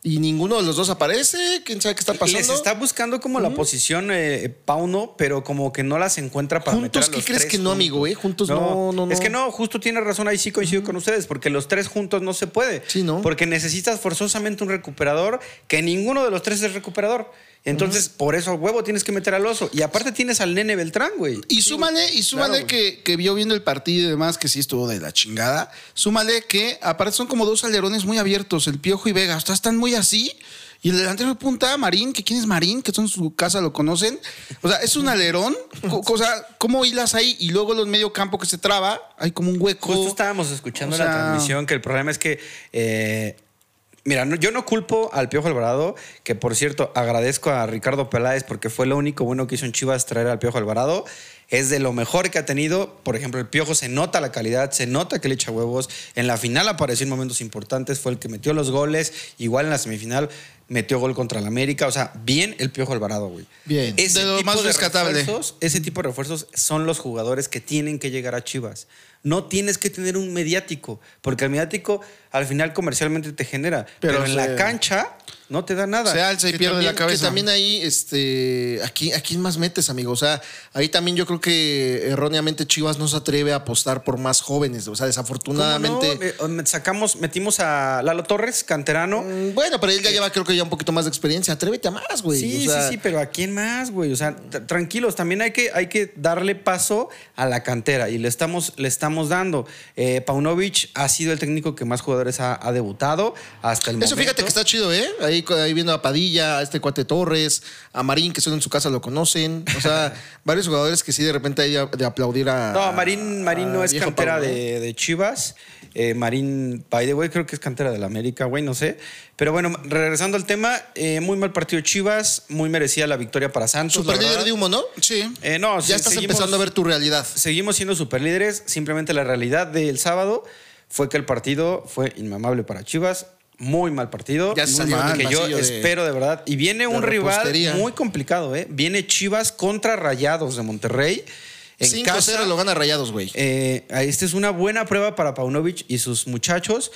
y ninguno de los dos aparece. ¿Quién sabe qué está pasando?
Les está buscando como la posición eh, Pauno, pero como que no las encuentra para
Juntos,
meter a los
¿qué crees
tres
que no,
juntos.
amigo, eh? Juntos no, no, no.
Es que no, justo tiene razón, ahí sí coincido con ustedes, porque los tres juntos no se puede.
Sí, ¿no?
Porque necesitas forzosamente un recuperador, que ninguno de los tres es recuperador. Entonces, por eso, a huevo, tienes que meter al oso. Y aparte tienes al nene Beltrán, güey.
Y súmale, y súmale
claro,
que, que vio viendo el partido y demás, que sí estuvo de la chingada. Súmale que aparte son como dos alerones muy abiertos, el Piojo y Vega. O sea, están muy así. Y el delantero de punta, Marín, que quién es Marín, que son su casa, lo conocen. O sea, es un alerón. Co- O sea, ¿cómo hilas ahí? Y luego los medio campo que se traba, hay como un hueco.
Justo estábamos escuchando
O
la
sea-
transmisión que el problema es que. eh, mira, no- yo no culpo al Piojo Alvarado, que por cierto agradezco a Ricardo Peláez porque fue lo único bueno que hizo en Chivas traer al Piojo Alvarado. es de lo mejor que ha tenido. Por ejemplo, el Piojo se nota la calidad, se nota que le echa huevos. En la final apareció en momentos importantes, fue el que metió los goles. Igual en la semifinal metió gol contra el América. O sea, bien el Piojo Alvarado, güey.
Bien.
Ese
De lo
tipo
más rescatable.
refuerzos- ese tipo de refuerzos son los jugadores que tienen que llegar a Chivas. No tienes que tener un mediático, porque el mediático al final comercialmente te genera, pero,
Pero
en
se-
la cancha no te da nada.
Se alza y
Que
pierde
también-
la cabeza.
Que también ahí, este, aquí, ¿a quién más metes, amigo? O sea, ahí también yo creo que erróneamente Chivas no se atreve a apostar por más jóvenes. O sea,
¿Cómo
desafortunadamente.
no? Eh, Sacamos, metimos a Lalo Torres, canterano.
Mm, Bueno, pero él ya lleva, creo que ya un poquito más de experiencia. Atrévete a más, güey.
Sí,
O sea,
sí, sí, pero ¿a quién más, güey? O sea, t- tranquilos, también hay que, hay que darle paso a la cantera y le estamos, le estamos dando. Eh, Paunovic ha sido el técnico que más jugadores ha, ha debutado hasta el momento.
Eso fíjate que está chido, ¿eh? Ahí, ahí viendo a Padilla, a este cuate Torres, a Marín, que son en su casa lo conocen. O *laughs* sea, varios jugadores que sí de repente hay de aplaudir a.
No, Marín, Marín no
a
es
Ah, viejo
cantera
Pablo, ¿no?
de, de Chivas. Eh, Marín, by the way, creo que es cantera del América, güey, no sé. Pero bueno, regresando al tema, eh, muy mal partido Chivas, muy merecida la victoria para Santos. la
Super líder
verdad.
de humo, ¿no?
Sí.
Eh, no,
Ya estás empezando a ver tu realidad.
Seguimos siendo superlíderes, simplemente la realidad del sábado fue que el partido fue inmamable para Chivas. Muy mal partido.
Ya se
Muy
salió
mal,
del
que yo
pasillo de-
espero de verdad. Y viene un rival
repostería.
muy complicado, ¿eh? Viene Chivas contra Rayados de Monterrey. En
5-0
casa,
lo gana Rayados, güey.
eh, esta es una buena prueba para Paunovic y sus muchachos.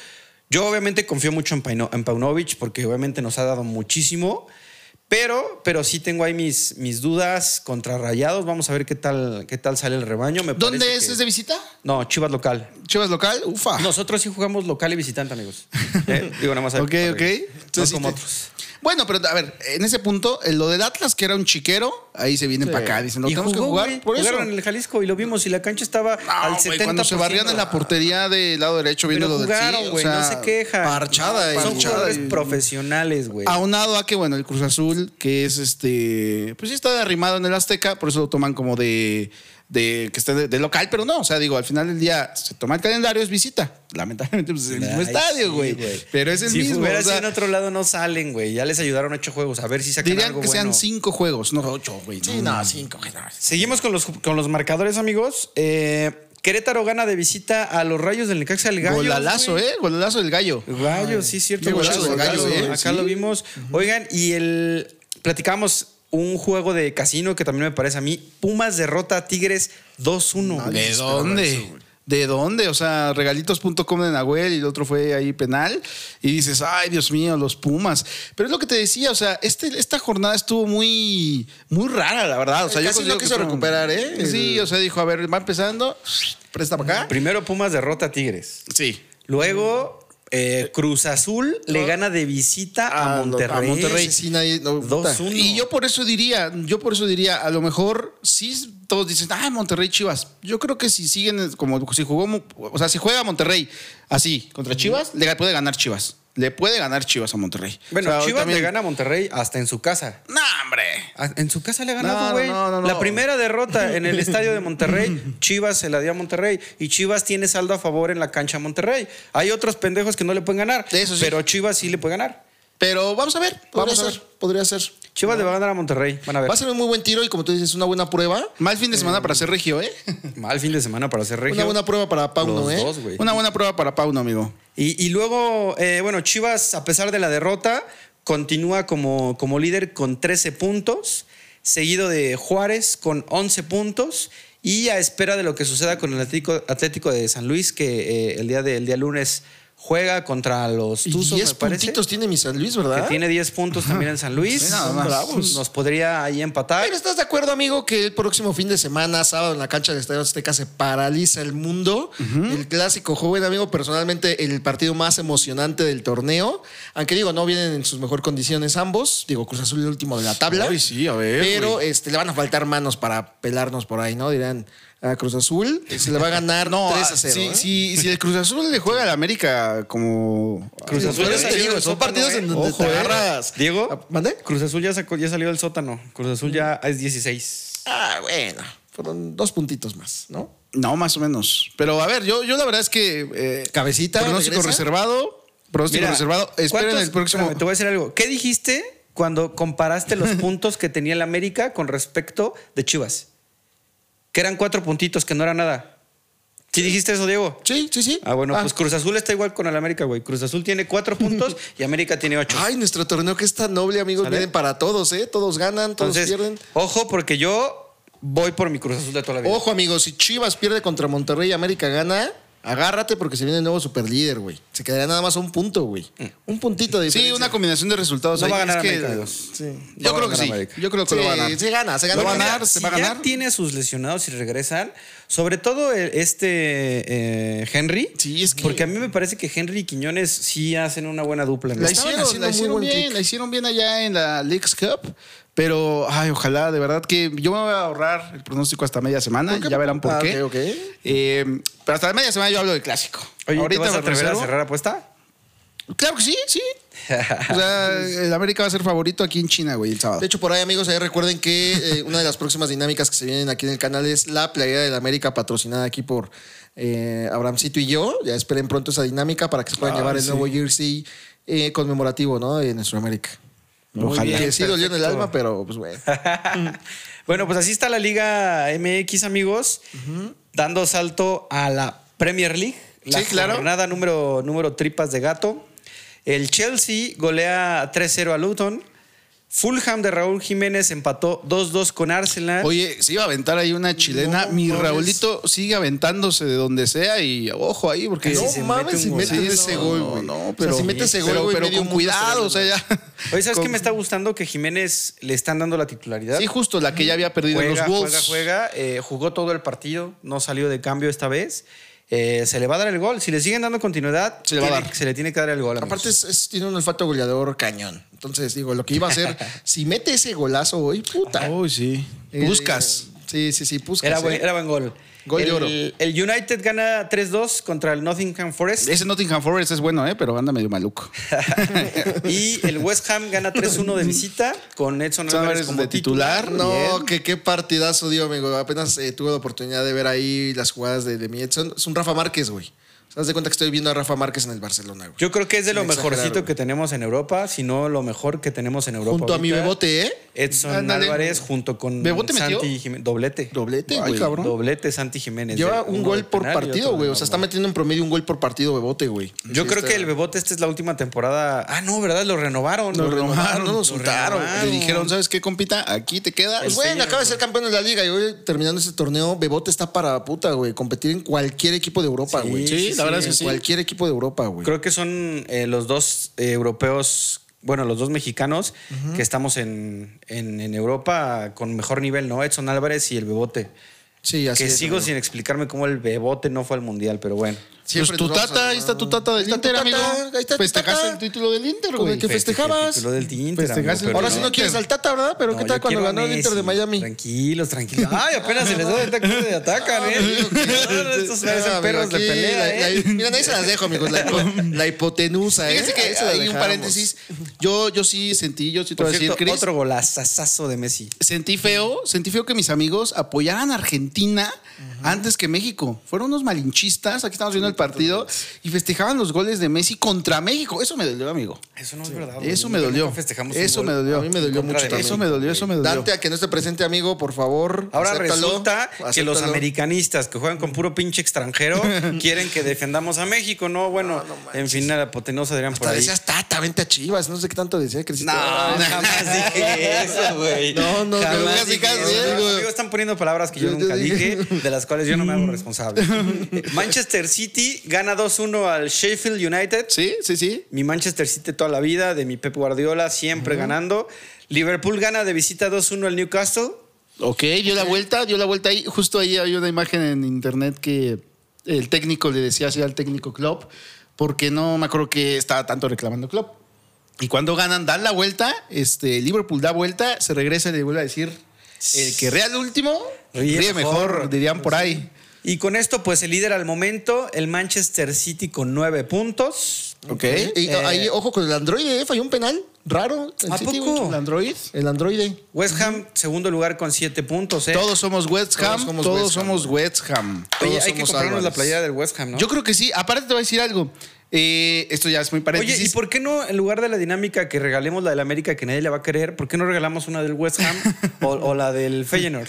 Yo obviamente confío mucho en, Paino- en Paunovic porque obviamente nos ha dado muchísimo, pero, pero sí tengo ahí mis, mis dudas contrarrayados. Vamos a ver qué tal, qué tal sale el rebaño. Me
¿Dónde
parece
es?
que-
¿Es de visita?
No, Chivas local.
¿Chivas local? Ufa.
Nosotros sí jugamos local y visitante, amigos. Eh, Digo, nada
*laughs*
más.
Ok,
para-
ok.
No
Entonces,
como
sí te-
otros.
Bueno, pero a ver, en ese punto, eh, lo del Atlas, que era un chiquero, ahí se vienen para acá. Dicen, no
Y
tenemos
jugó,
que jugar.
güey.
por eso.
Jugaron en el Jalisco y lo vimos y la cancha estaba
Ah,
al
güey,
70%.
Cuando se barrían en la portería del lado derecho viendo
Pero
lo del sí,
jugaron,
o
güey,
sea,
no se queja.
parchada, eh,
Son
parchada.
jugadores profesionales, güey.
Aunado a que, bueno, el Cruz Azul, que es este. Pues sí está arrimado en el Azteca, por eso lo toman como de. de que esté de, de local, pero no. O sea, digo, al final del día se toma el calendario, es visita. Lamentablemente, pues es el mismo
Ay,
estadio,
sí,
güey. pero es el
si
mismo.
fuera
o
así
sea,
en otro lado no salen, güey. Ya les ayudaron ocho juegos. A ver si sacan
dirían
algo
que
bueno.
sean cinco juegos, no ocho, güey.
Sí, no, 5, güey. no.
Seguimos con los, con los marcadores, amigos. Eh, Querétaro gana de visita a los Rayos del Necaxa del Gallo.
Golalazo, ¿eh? Golalazo del gallo.
Gallos, sí, cierto.
Qué
golazo
golazo del
del Gallo,
Gallo, eh,
Acá
sí.
lo vimos. Oigan, y el. Platicamos un juego de casino que también me parece a mí. Pumas derrota a Tigres 2-1.
¿De
güey.
dónde? ¿De dónde? O sea, regalitos.com de Nahuel y el otro fue ahí penal. Y dices, ay, Dios mío, los Pumas. Pero es lo que te decía, o sea, este, esta jornada estuvo muy, muy rara, la verdad. O sea, yo
Casi
considero
no
que
quiso
fueron-
recuperar, ¿eh?
Sí, o sea, dijo, a ver, va empezando.
Presta para acá.
Primero Pumas derrota a Tigres.
Sí.
Luego, eh, Cruz Azul le gana de visita a, Monterrey.
A Monterrey. Sí, nadie. no, puta.
2-1.
Y yo por eso diría, yo por eso diría, a lo mejor sí todos dicen, ah, Monterrey Chivas. Yo creo que si siguen como si jugó, Mo- o sea, si juega Monterrey así contra Chivas, le puede ganar Chivas. Le puede ganar Chivas a Monterrey.
Bueno,
O sea,
Chivas
también-
le gana a Monterrey hasta en su casa.
No, hombre.
A- En su casa le ha
No,
ganado,
no,
güey.
no, no, no.
La primera derrota en el estadio de Monterrey, Chivas se la dio a Monterrey. Y Chivas tiene saldo a favor en la cancha a Monterrey. Hay otros pendejos que no le pueden ganar.
Eso sí.
Pero Chivas sí le puede ganar.
Pero vamos a ver,
Podría
vamos a
ser,
ver.
podría ser.
Chivas le va a ganar a Monterrey. Van a ver.
Va a ser un muy buen tiro y como tú dices, es una buena prueba.
Mal fin de semana para ser regio, ¿eh?
Mal fin de semana para hacer regio.
Una buena prueba para Pauno,
Los
¿eh?
dos, güey.
*laughs* Una buena prueba para Pauno, amigo.
Y, y luego, eh, bueno, Chivas, a pesar de la derrota, continúa como, como líder con 13 puntos, seguido de Juárez con 11 puntos y a espera de lo que suceda con el Atlético, Atlético de San Luis, que eh, el, día de- el día lunes juega contra los
Y
Tuzos,
10
me parece.
puntitos tiene mi San Luis,
Que
¿verdad?
tiene 10 puntos también en San Luis.
Sí, nada más.
Bravos.
Nos podría ahí empatar.
Pero estás de acuerdo, amigo, que el próximo fin de semana, sábado, en la cancha del Estadio Azteca se paraliza el mundo. El clásico joven, amigo, personalmente el partido más emocionante del torneo. Aunque digo, no vienen en sus mejor condiciones ambos. Digo, Cruz Azul el último de la tabla.
Ay, sí, a
eh,
ver,
Pero
güey.
este, le van a faltar manos para pelarnos por ahí, ¿no? Dirán a Cruz Azul. Se le va
*laughs*
a ganar
No,
ah,
3 a 0.
ah, si,
¿eh?
si, si el Cruz Azul le juega al América como...
Cruz Azul ya
Pero te
salió
digo,
del
son
sótano,
partidos
¿eh?
en donde
Ojo,
te
¿eh?
agarras.
Diego,
¿Mande?
Cruz Azul ya, sacó- ya salió del sótano. Cruz Azul ya es 16.
Ah, bueno. Fueron dos puntitos más, ¿no?
No, más o menos. Pero a ver, yo, yo la verdad es que. eh,
Cabecita,
Pronóstico
regresa.
reservado. Pronóstico
Mira,
reservado. Esperen
¿cuántos-
el próximo.
espérame, te voy a decir algo. ¿Qué dijiste
*laughs*
cuando comparaste los puntos que tenía el América con respecto de Chivas? que eran cuatro puntitos, que no era nada. ¿Sí dijiste eso, Diego?
Sí, sí, sí.
Ah, bueno, pues Cruz Azul está igual con el América, güey. Cruz Azul tiene *laughs* cuatro puntos y América tiene ocho.
Ay, nuestro torneo que es tan noble, amigos.
¿Sale?
Vienen para todos, ¿eh? Todos ganan, todos
Entonces,
pierden.
ojo, porque yo voy por mi Cruz Azul de toda la
pues,
vida.
Ojo, amigos, si Chivas pierde contra Monterrey y América gana, agárrate porque se viene el nuevo superlíder, güey. Se quedará nada más un punto, güey. Un puntito de
Mm. Sí,
diferencia.
una combinación de resultados.
No
ahí.
va a ganar
Es que-
América, Dios.
Sí.
Yo
No va
creo
a
que
ganar
sí.
América.
Yo creo que lo va a ganar.
Se gana, se gana.
Lo va a
Mira,
ganar, se
Si
va a
ya
ganar.
tiene a sus lesionados y regresan, sobre todo el- este eh, Henry.
Sí, es que-
Porque a mí me parece que Henry y Quiñones sí hacen una buena dupla. ¿no?
La
Estaban
hicieron,
haciendo
la
muy
hicieron
buen
bien,
click.
la hicieron bien allá en la Leagues Cup, pero ay, ojalá, de verdad que yo me voy a ahorrar el pronóstico hasta media semana,
qué?
ya verán por
Ah,
qué.
ok, ok.
Eh, pero hasta la media semana yo hablo del clásico.
Oye, ¿te vas a
me
atrever a
reservo.
cerrar apuesta? *laughs*
Claro que sí, sí. O sea, el América va a ser favorito aquí en China, güey, el sábado.
De hecho, por ahí, amigos, ahí recuerden que eh, una de las próximas dinámicas que se vienen aquí en el canal es la playera de la América patrocinada aquí por eh, Abrahamcito y yo. Ya esperen pronto esa dinámica para que se
Ah,
puedan llevar el nuevo jersey eh, conmemorativo, ¿no? De nuestro América.
ojalá.
Que sí dolió en el
perfecto.
alma, pero pues, güey.
Bueno, pues así está la Liga MX, amigos, dando salto a la Premier League. La
Sí, claro.
jornada número, número tripas de gato. El Chelsea golea 3-0 a Luton. Fulham de Raúl Jiménez empató 2-2 con
*laughs*
Arsenal.
Oye, se iba a aventar ahí una chilena. Mi
mames.
Raulito sigue aventándose de donde sea y ojo ahí, porque
Que si
no
se mete
mames
un
si
gol.
metes
Sí,
ese
no,
gol, güey.
no,
O sea,
pero-
si metes ese gol,
pero,
güey,
pero
medio
con
mundo está
cuidado, o sea,
celebrando.
ya.
Oye, ¿sabes
Con-
qué me está gustando? Que Jiménez le están dando la titularidad.
Sí, justo la que ya había perdido en
juega,
los
juega,
Wolves.
juega. Eh, jugó todo el partido, no salió de cambio esta vez. Eh, se le va a dar el gol. Si le siguen dando continuidad,
Se le va a
tiene-
dar.
se le tiene que dar el gol. amigos.
Aparte, es- es- tiene un olfato goleador cañón. Entonces, digo, lo que iba
*laughs*
a hacer, si mete ese golazo hoy, puta.
Uy, sí.
Eh,
Buscas.
Sí, sí, sí, buscas.
Era
eh.
buen, era buen gol.
Gol de
el,
oro.
El United gana 3-2 contra el Nottingham Forest
Ese Nottingham Forest es bueno, ¿eh? pero anda medio *laughs* maluco.
y el West Ham gana 3-1 de visita con Edson
Son
Álvarez
Álvarez
como
de titular.
No, que qué partidazo dio, amigo. Apenas eh, tuve la oportunidad de ver ahí las jugadas de, de mi Edson. Es un Rafa Márquez, güey. ¿Te das de cuenta que estoy viendo a Rafa Márquez en el Barcelona, güey?
Yo creo que es de lo
Sin exagerar,
mejorcito
güey.
que tenemos en Europa, si no lo mejor que tenemos en Europa.
Junto a mi
ahorita.
bebote, ¿eh?
Edson
Ándale.
Álvarez junto con
¿Bebote
Santi
metió?
Jiménez. Doblete.
Doblete,
Ay,
güey.
cabrón.
Doblete Santi Jiménez.
Lleva
De-
un
uno
gol
de
por
penal y otro
partido,
de
güey. O sea, está
normal.
metiendo en promedio un gol por partido, bebote, güey.
Yo
Sí,
creo
está-
que el Bebote esta es la última temporada. Ah, no, ¿verdad? Lo renovaron.
Lo renovaron,
lo
nos soltaron.
renovaron.
Le dijeron, ¿sabes qué, compita? Aquí te quedas.
Pues bueno, acaba de ser campeón de la liga y hoy terminando este torneo, Bebote está para puta, güey. Competir en cualquier equipo de Europa,
Sí,
güey.
sí, Sí, la sí. verdad es que
En
sí.
Cualquier equipo de Europa, güey.
Creo que son eh, los dos eh, europeos, bueno, los dos mexicanos que estamos en, en- en Europa con mejor nivel, ¿no? Edson Álvarez y el Bebote.
Sí, así
que
es,
sigo
amigo.
sin explicarme cómo el Bebote no fue al Mundial, pero bueno.
pues
Siempre
tu
nos vamos
tata,
a-
ahí está tu tata del
Ahí está tu
Inter, amigo.
tata, ahí está tu
Festejaste
tata.
el título del Inter,
Con el
güey.
que festejabas.
Lo Este del Inter,
Festejaste
amigo,
el-
pero
Ahora sí no quieres al Tata, ¿verdad? Pero
No,
¿qué tal
yo
cuando
quiero a
ganó el Inter
Messi.
de Miami?
Tranquilos, tranquilos. Ay, apenas se les da el taco de atacan,
*laughs*
¿eh? No, no, estos parecen
amigo,
perros de
aquí
pelea,
la-
¿eh?
la- Miren, ahí se las dejo, amigos. *laughs* La, la hipotenusa, ¿eh?
Fíjense
Ahí
que
se la
hay un
dejamos.
paréntesis. Yo, yo sí sentí, yo sí te
Por
voy a decir,
cierto,
Chris,
otro golazazazo de Messi.
sentí feo, sentí feo que mis amigos apoyaran a Argentina antes que México. Fueron unos malinchistas, aquí estamos viendo el partido, y festejaban los goles de Messi contra México. Eso me dolió, amigo.
Eso no es verdad.
Eso me dolió. Eso me dolió.
A mí me dolió mucho también.
Eso me dolió, eso me dolió.
Dante, a que no esté presente, amigo, por favor.
Ahora
acéptalo,
resulta que los
acéptalo.
americanistas que juegan con puro pinche
*laughs*
*laughs*
extranjero quieren que defendamos a México, ¿no? Bueno, en fin, la potenosa dirían por
Hasta
ahí.
decías, Tata, vente a Chivas. No sé qué tanto decía que
No, Ah,
*laughs*
jamás dije eso, güey.
No, no,
Jamás
pero casi,
dije
casi, ¿eh?
eso.
digo.
Amigos, están poniendo palabras que yo,
Yo- yo
nunca
dije.
dije, de las cuales yo no me hago
*laughs*
responsable. Manchester City gana 2-1 al Sheffield United.
Sí, sí, sí.
Mi Manchester City toda la vida, de mi Pep Guardiola, siempre ganando. Liverpool gana de visita 2-1 al Newcastle.
Ok, dio la vuelta, dio la vuelta ahí. Justo ahí había una imagen en internet que el técnico le decía así al técnico Klopp, porque no me acuerdo que estaba tanto reclamando Klopp. Y cuando ganan, dan la vuelta, este, Liverpool da vuelta, se regresa y le vuelve a decir, el que rea al último,
Ríe
ríe, mejor,
mejor.
dirían por ahí.
Y con esto, pues el líder al momento, el Manchester City con nueve puntos.
Ok.
Y
Eh,
ahí, ojo con el androide, ¿eh? Falló un penal raro. el
¿A
City,
poco?
güey.
¿El Android?
El androide.
West Ham, segundo lugar con siete puntos. ¿eh?
Todos somos West
Todos
Ham, todos
somos
somos,
West Ham,
West Ham.
Oye,
todos
hay que
somos
comprarnos la
Álvarez.
playera del West Ham, ¿no?
Yo creo que sí. Aparte te voy a decir algo. Eh, esto ya es muy
Oye,
paréntesis.
¿y por qué no, en lugar de la dinámica que regalemos la del América que nadie le va a querer, ¿por qué no regalamos una del West Ham o, o la del Feyenoord?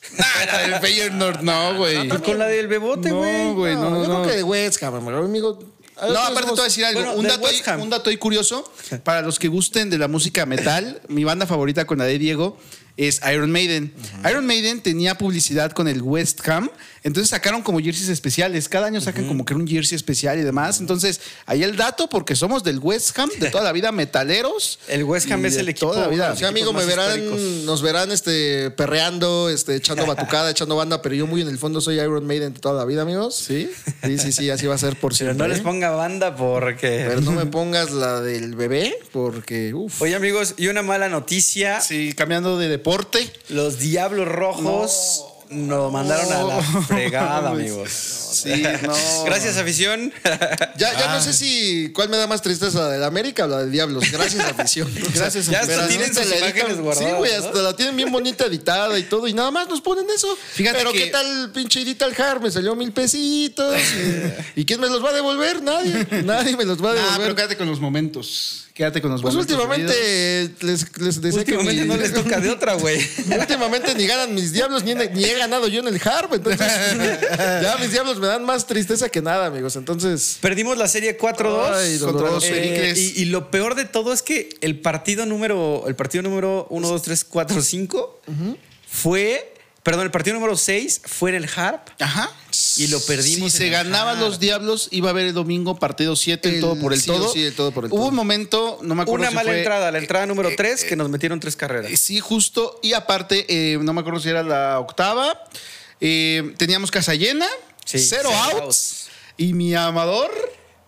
*laughs* Nada del Feyenoord, no, güey.
Pues con la del Bebote, güey.
No, güey, no,
yo
no.
creo que de West, cabrón, mejor amigo. A ver,
No,
pues,
aparte te voy a decir algo.
Bueno,
un,
del
dato ahí,
West Ham.
un dato ahí curioso. Para los que gusten de la música metal, mi banda favorita con la de Diego es Iron Maiden. Iron Maiden tenía publicidad con el West Ham, entonces sacaron como jerseys especiales. Cada año sacan como que un jersey especial y demás. Entonces, ahí el dato, porque somos del West Ham, de toda la vida metaleros.
El West Ham
y
es
de
el equipo-
Toda la vida.
O sea, amigo, me
Equipos "Oh, más
verán,
históricos.
nos verán este, perreando,
*laughs*
este, echando batucada, echando banda, pero yo muy en el fondo soy Iron Maiden de toda la vida, amigos.
¿Sí?
Sí, sí, sí, así va a ser por
Pero
siempre.
no les
¿eh?
ponga banda porque.
Pero no me pongas la del bebé, porque, uff.
Oye, amigos, y una mala noticia.
Sí, cambiando de deporte.
Los Diablos Rojos nos mandaron a la
No. *laughs*
fregada,
Mames.
amigos.
Sí, no.
*laughs* Gracias, afición.
Ya, ya
Ah.
no sé si cuál me da más tristeza, la del América o la del Diablos. Gracias,
*laughs*
afición. Gracias,
Ya hasta
afición.
tienen
Hasta
sus
la
imágenes
editan-
guardadas,
Sí, güey,
¿no?
hasta la tienen bien bonita editada y todo, y nada más nos ponen eso.
Fíjate
Pero
que-
qué tal, pinche edita el Har, me salió mil pesitos.
*laughs*
¿Y, ¿y quién me los va a devolver? Nadie. Nadie me los va a
Ah,
devolver.
pero quédate con los momentos. Quédate con los
pues
momentos. querido.
últimamente les, les decía que
Últimamente
mi-
no les toca de otra, güey.
*laughs* Últimamente ni ganan mis diablos, ni, ni he ganado yo en el Harp. Entonces, *laughs* ya mis diablos me dan más tristeza que nada, amigos. Entonces,
Perdimos la serie 4-2.
Ay,
Contra los
doloroso.
Eh,
Pericles.
y, y lo peor de todo es que el partido número el partido número 1 2 3 4 5 fue perdón, el partido número 6 fue en el Harp
Ajá.
Y lo perdimos
Si
en
se
el
ganaban
Harp.
los diablos, iba a haber el domingo partido 7, el,
El-
todo por el
sí o
todo.
sí, el todo por el
Hubo
todo.
un momento, no me acuerdo
una
si
mala
fue-
entrada, la entrada número
eh,
3 que
eh,
nos metieron tres carreras.
eh, Sí, justo. Y aparte, eh, no me acuerdo si era la octava. eh, teníamos casa llena,
Sí,
cero,
cero
outs,
outs.
Y mi amador,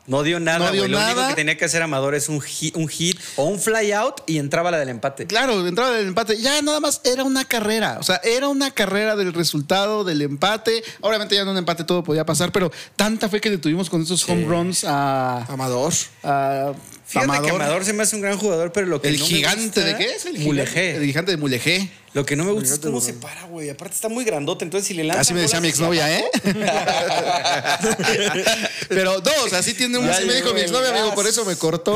No dio nada,
No dio
güey. Lo único
nada.
que tenía que hacer Amador es un hit, un hit o un fly out y entraba la del empate.
claro, entraba del empate. Ya nada más era una carrera. O sea, era una carrera del resultado del empate. Obviamente, ya en un empate todo podía pasar, pero tanta fe que le tuvimos con esos home runs a.
Amador.
a
Fíjate que Amador se me hace un gran jugador, pero lo que
El
no me
gigante
gusta-
de qué es? El
Mulegé.
gigante, el gigante de Mulegé.
Lo que no me gusta es cómo se para, güey. Aparte está muy grandote, entonces si le lanzas
Así me decía mi exnovia, ¿eh? *laughs* Pero dos, así tiene un.
Así me dijo mi exnovia, amigo, por eso
*laughs*
me cortó.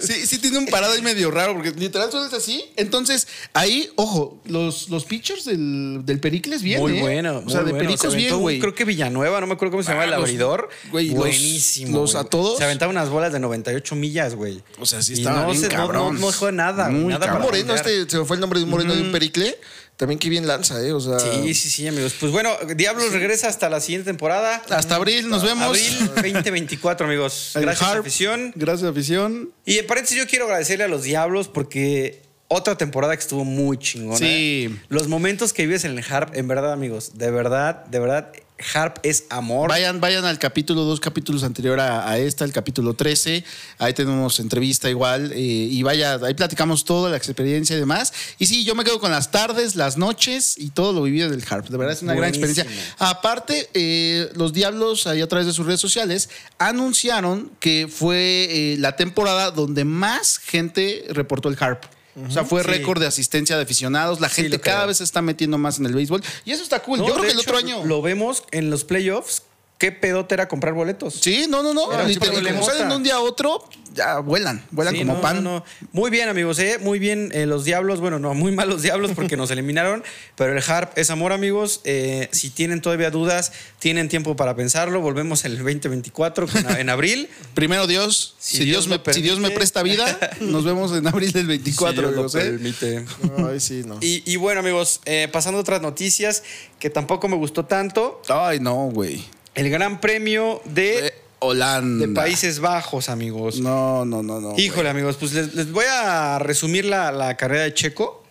Sí, sí tiene un parado ahí medio raro, porque literal solo es así. Entonces, ahí, ojo, los, los pitchers del, del Pericles bien.
*laughs* muy
¿eh?
bueno.
O sea, de
muy bueno. Se
Pericos
aventó
bien,
un-
güey. Ah,
Creo que Villanueva, no me acuerdo cómo se llama el
los-
abridor.
güey, los-
Buenísimo.
los
güey.
a todos.
Se aventaba unas bolas de 98 millas, güey.
O sea, sí
Y
estaba
no
bien
se- no-
cabrón.
No, no dejó nada, güey,
Muy
nada para
cabrón.
Moreno,
jugar.
este se me fue el nombre de un moreno de un pericle. También que bien lanza, ¿eh? O sea,
Sí, sí, sí, amigos. Pues bueno, Diablos regresa hasta la siguiente temporada.
Hasta abril, nos vemos.
Abril 2024, amigos.
El
Gracias,
Harp.
afición.
Gracias, afición.
Y en paréntesis, yo quiero agradecerle a los Diablos porque otra temporada que estuvo muy chingona. ¿eh?
Sí.
Los momentos que vives en el Harp, en verdad, amigos, de verdad, de verdad, Harp es amor.
Vayan, vayan al capítulo, dos capítulos anterior a, a esta, el capítulo 13. Ahí tenemos entrevista igual. eh, y vaya, ahí platicamos toda la experiencia y demás. Y sí, yo me quedo con las tardes, las noches y todo lo vivido del Harp. De verdad es una gran
Buenísimo.
experiencia. Ah, Aparte, eh, los Diablos, ahí a través de sus redes sociales, anunciaron que fue eh, la temporada donde más gente reportó el Harp. O sea, fue
Sí.
récord de asistencia de aficionados. La
Sí,
gente
lo creo.
cada vez se está metiendo más en el béisbol. Y eso está cool.
No,
Yo creo
de
que el
hecho,
otro año.
Lo vemos en los playoffs. Qué pedote era comprar boletos.
Sí, no, no, no.
Era un
Literal,
tipo de
como
mota.
salen de un día a otro, ya vuelan, vuelan
Sí,
como
no,
pan.
no, no. Muy bien, amigos, ¿eh? muy bien eh, los diablos. Bueno, no, muy mal los diablos
*laughs*
porque nos eliminaron. Pero el Harp es amor, amigos. Eh, si tienen todavía dudas, tienen tiempo para pensarlo. Volvemos el 2024 con- en abril.
Primero Dios,
Si
si,
Dios
Dios,
lo
me, si Dios me
permite.
presta vida,
*laughs*
nos vemos en abril del 24,
Si Dios lo
amigos, ¿eh?
permite.
*laughs* Ay, sí, no.
Y, y bueno, amigos, eh, pasando a otras noticias que tampoco me gustó tanto.
Ay, no, güey.
El Gran Premio de,
Eh, Holanda.
de Países Bajos, amigos.
No, no, no, no.
Híjole, amigos, pues les, les voy a resumir la, la carrera de Checo,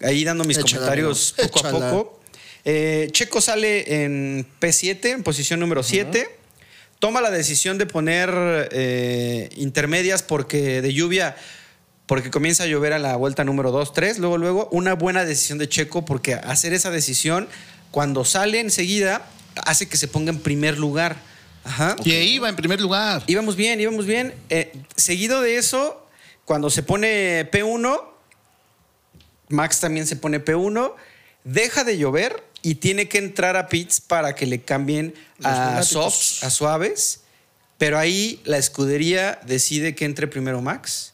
ahí dando mis
Échala,
comentarios
amigo.
poco a
Échala.
poco. Eh, Checo sale en P7, en posición número 7. Toma la decisión de poner eh, intermedias porque de lluvia, porque comienza a llover a la vuelta número 2, 3. Luego, luego, una buena decisión de Checo porque hacer esa decisión cuando sale enseguida hace que se ponga en primer lugar. Ajá.
Que iba en primer lugar.
Íbamos bien, íbamos bien. Eh, seguido de eso, cuando se pone P1, Max también se pone P1, deja de llover y tiene que entrar a pits para que le cambien a
neumáticos.
softs, a suaves. Pero ahí la escudería decide que entre primero Max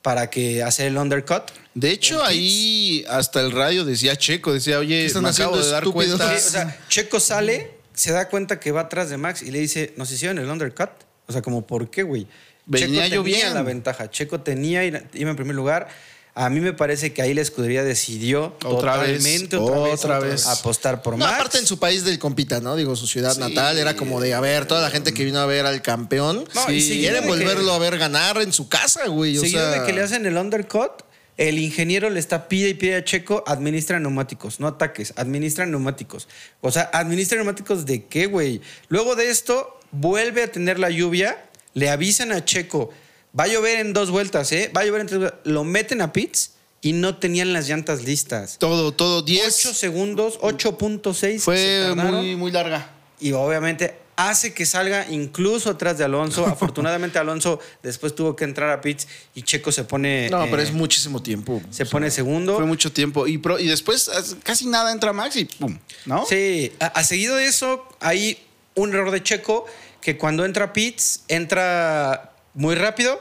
para que hacer el undercut.
De hecho, ahí hasta el radio decía Checo, decía, oye,
están
me
haciendo
acabo de dar
estúpidos?
cuenta.
Sí, Eh, o sea, Checo sale, se da cuenta que va atrás de Max y le dice, nos hicieron el undercut. O sea, como, ¿por qué, güey?
Venía
Checo
yo
tenía
bien.
la ventaja. Checo tenía, ir- iba en primer lugar. A mí me parece que ahí la escudería decidió
Otra vez,
totalmente
otra vez.
apostar por
No,
Max.
aparte en su país del compita, ¿no? Digo, su ciudad
Sí.
natal era como de, a ver, toda la gente que vino a ver al campeón,
No, y
sí,
seguido
quieren
de que-
volverlo a ver ganar en su casa, güey. O
Seguido
sea,
de que le hacen el undercut, el ingeniero le está pide y pide a Checo, administra neumáticos, no ataques, administra neumáticos. O sea, administra neumáticos de qué, güey. Luego de esto, vuelve a tener la lluvia, le avisan a Checo, va a llover en dos vueltas, ¿eh? Va a llover en tres vueltas. Lo meten a pits y no tenían las llantas listas.
Todo, todo,
8
10.
segundos, 8.6. se
Fue
tardaron
muy, muy larga.
y obviamente hace que salga incluso atrás de
*laughs*
Alonso. Afortunadamente Alonso después tuvo que entrar a pits y Checo se pone
No,
eh,
pero es muchísimo tiempo.
se pone segundo.
Fue mucho tiempo. Y, pro- y después as- casi nada entra Max y pum, ¿no?
Sí, a, a seguido de eso hay un error de Checo que cuando entra a pits entra muy rápido,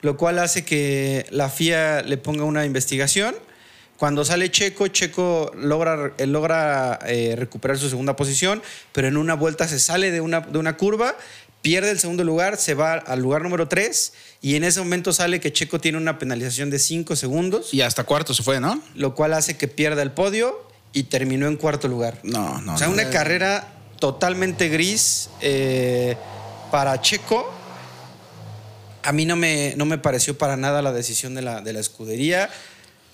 lo cual hace que la FIA le ponga una investigación. Cuando sale Checo, Checo logra, eh, logra eh, recuperar su segunda posición, pero en una vuelta se sale de una, de una curva, pierde el segundo lugar, se va al lugar número 3 y en ese momento sale que Checo tiene una penalización de 5 segundos
Y hasta cuarto se fue, ¿no?
lo cual hace que pierda el podio y terminó en cuarto lugar.
No, no.
o sea,
no.
una carrera totalmente gris eh, para Checo. A mí no me, no me pareció para nada la decisión de la, de la escudería.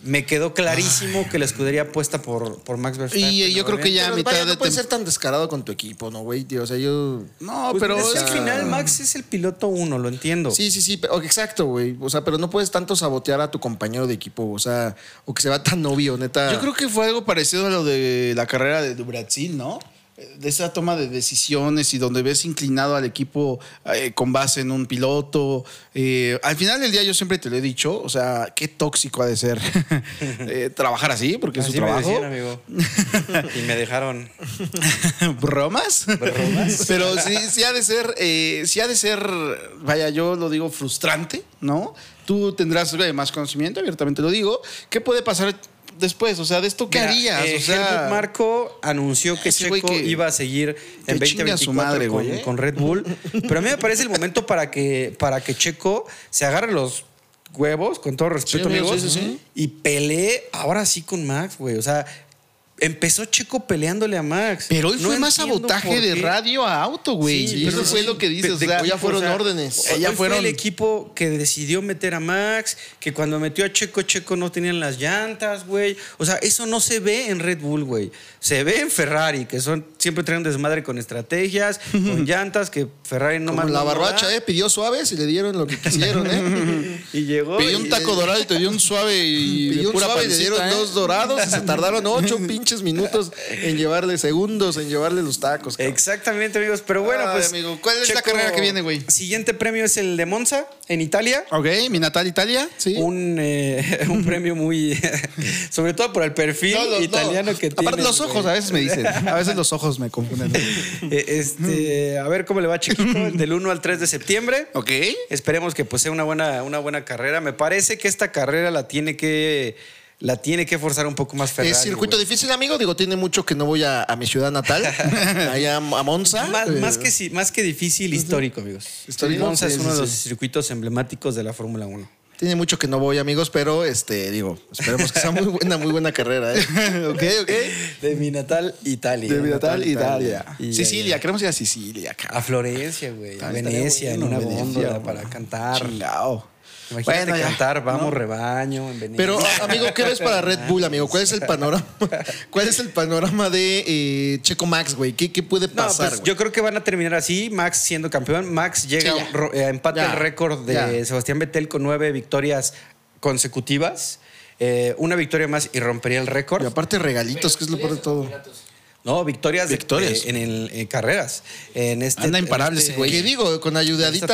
Me quedó clarísimo que la escudería apuesta por, por Max Verstappen.
Y, eh, yo
¿no,
creo que
Fabián?
ya a
Pero,
mitad
vaya,
de
no puedes
tem-
ser tan descarado con tu equipo, ¿no, güey? Tío, O sea, yo...
No,
Pues,
pero
es
Es que
o
al
sea,
final Max es el piloto uno, lo entiendo.
Sí, sí, sí. pe- ok, Exacto, güey. O sea, pero no puedes tanto sabotear a tu compañero de equipo, o sea, o que se va tan obvio, neta.
Yo creo que fue algo parecido a lo de la carrera de de Brasil, ¿no? Eh, De esa toma de decisiones y donde ves inclinado al equipo eh, con base en un piloto. Eh, al final del día yo siempre te lo he dicho, o sea, qué tóxico ha de ser *laughs* eh, trabajar así, porque es
Así
su
me
trabajo. *laughs*
decían, amigo. y me dejaron.
bromas. *laughs* Pero sí, sí ha de ser, eh, sí ha de ser, vaya, yo lo digo frustrante, ¿no? Tú tendrás eh, más conocimiento, abiertamente lo digo. ¿Qué puede pasar después? O sea, ¿de esto qué
Mira,
harías?
eh,
o sea,
Helmut Marco anunció que
ese güey
Checo
que-
iba a seguir
que
en
chingue a su
2024
madre,
con,
güey, ¿eh?
con Red Bull. Pero a mí me parece el momento para que, para que Checo se agarre los huevos, con todo respeto,
Sí, amigo,
amigos,
sí, sí, sí.
y pelee ahora sí con Max, güey. O sea, empezó Checo peleándole a Max.
pero hoy
No
fue más
entiendo
sabotaje
por
de
qué.
radio a auto, güey.
Sí,
y eso
pero
fue
sí,
lo que dices.
de-
O
de
sea,
ya fueron
o sea,
órdenes.
hoy
Ya
fue
fueron.
el equipo que decidió meter a Max, que cuando metió a Checo, Checo no tenían las llantas, güey. O sea, eso no se ve en Red Bull, güey. Se ve en Ferrari, que son siempre traen un desmadre con estrategias,
*laughs*
con llantas, que Ferrari no
Como
más
la
no da.
barbacha, ¿eh? Pidió suaves y le dieron lo que *laughs* quisieron, ¿eh?
Y llegó.
Pedí
y-
un taco dorado y te dio un suave
*laughs*
y
Pidió
de
un
pura
suave y le
pancita,
dieron
¿eh?
dos dorados y se tardaron ocho
*laughs*
pinches minutos en llevarle segundos, en llevarle los tacos. cabrón.
Exactamente, amigos. Pero bueno,
Ay,
pues.
amigo, ¿cuál es la carrera que viene, güey?
Siguiente premio es el de Monza, en Italia.
Ok, mi natal Italia. Sí.
un, eh, *laughs* un premio muy. sobre todo por el perfil
No, los- no.
italiano que tiene.
Aparte, los ojos a veces me dicen. A veces los ojos me
*laughs*
confunden.
Eh, Este, a ver cómo le va a Chiquito del 1 al 3 de septiembre.
ok.
Esperemos que pues, sea una buena, una buena carrera. Me parece que esta carrera la tiene que, la tiene que forzar un poco más Ferrari.
es circuito
güey.
difícil, amigo. Digo, tiene mucho que no voy a, a mi ciudad
*laughs*
natal, allá a Monza.
Más,
Eh,
más que, si- más que difícil, histórico, amigos.
Histórico,
Monza
sí,
es uno
sí,
de los
sí.
circuitos emblemáticos de la Fórmula 1.
Tiene mucho que no voy, amigos, pero este, digo, esperemos que sea muy buena, muy buena carrera, ¿eh?
*laughs*
ok, ok.
De mi natal, Italia.
De mi natal Italia.
Y-
Sicilia, queremos ir a Sicilia, cabrón.
A Florencia, güey. A
Estaría
Venecia,
bueno,
en una
Venecia,
góndola
güey.
para cantar.
Chingao.
Imagínate
Bueno, ya,
cantar Vamos Rebaño en Venecia.
Pero, amigo, ¿qué ves para Red Bull, amigo? ¿Cuál es el panorama? *laughs* ¿Cuál es el panorama de eh, Checo Max, güey? ¿Qué, qué puede
No,
pasar?
pues
güey?
yo creo que van a terminar así. Max siendo campeón. Max llega
Sí, ya.
a un ro- eh, empate
Ya,
el récord de
ya.
Sebastián Vettel con nueve victorias consecutivas. Eh, una victoria más y rompería el récord.
Y aparte regalitos, que es lo peor de todo.
Este, No, victorias, de-
Victorias. Ah.
de- en el- en eh, carreras. En este,
Anda
en
imparable
este-
ese güey.
¿Qué digo? Con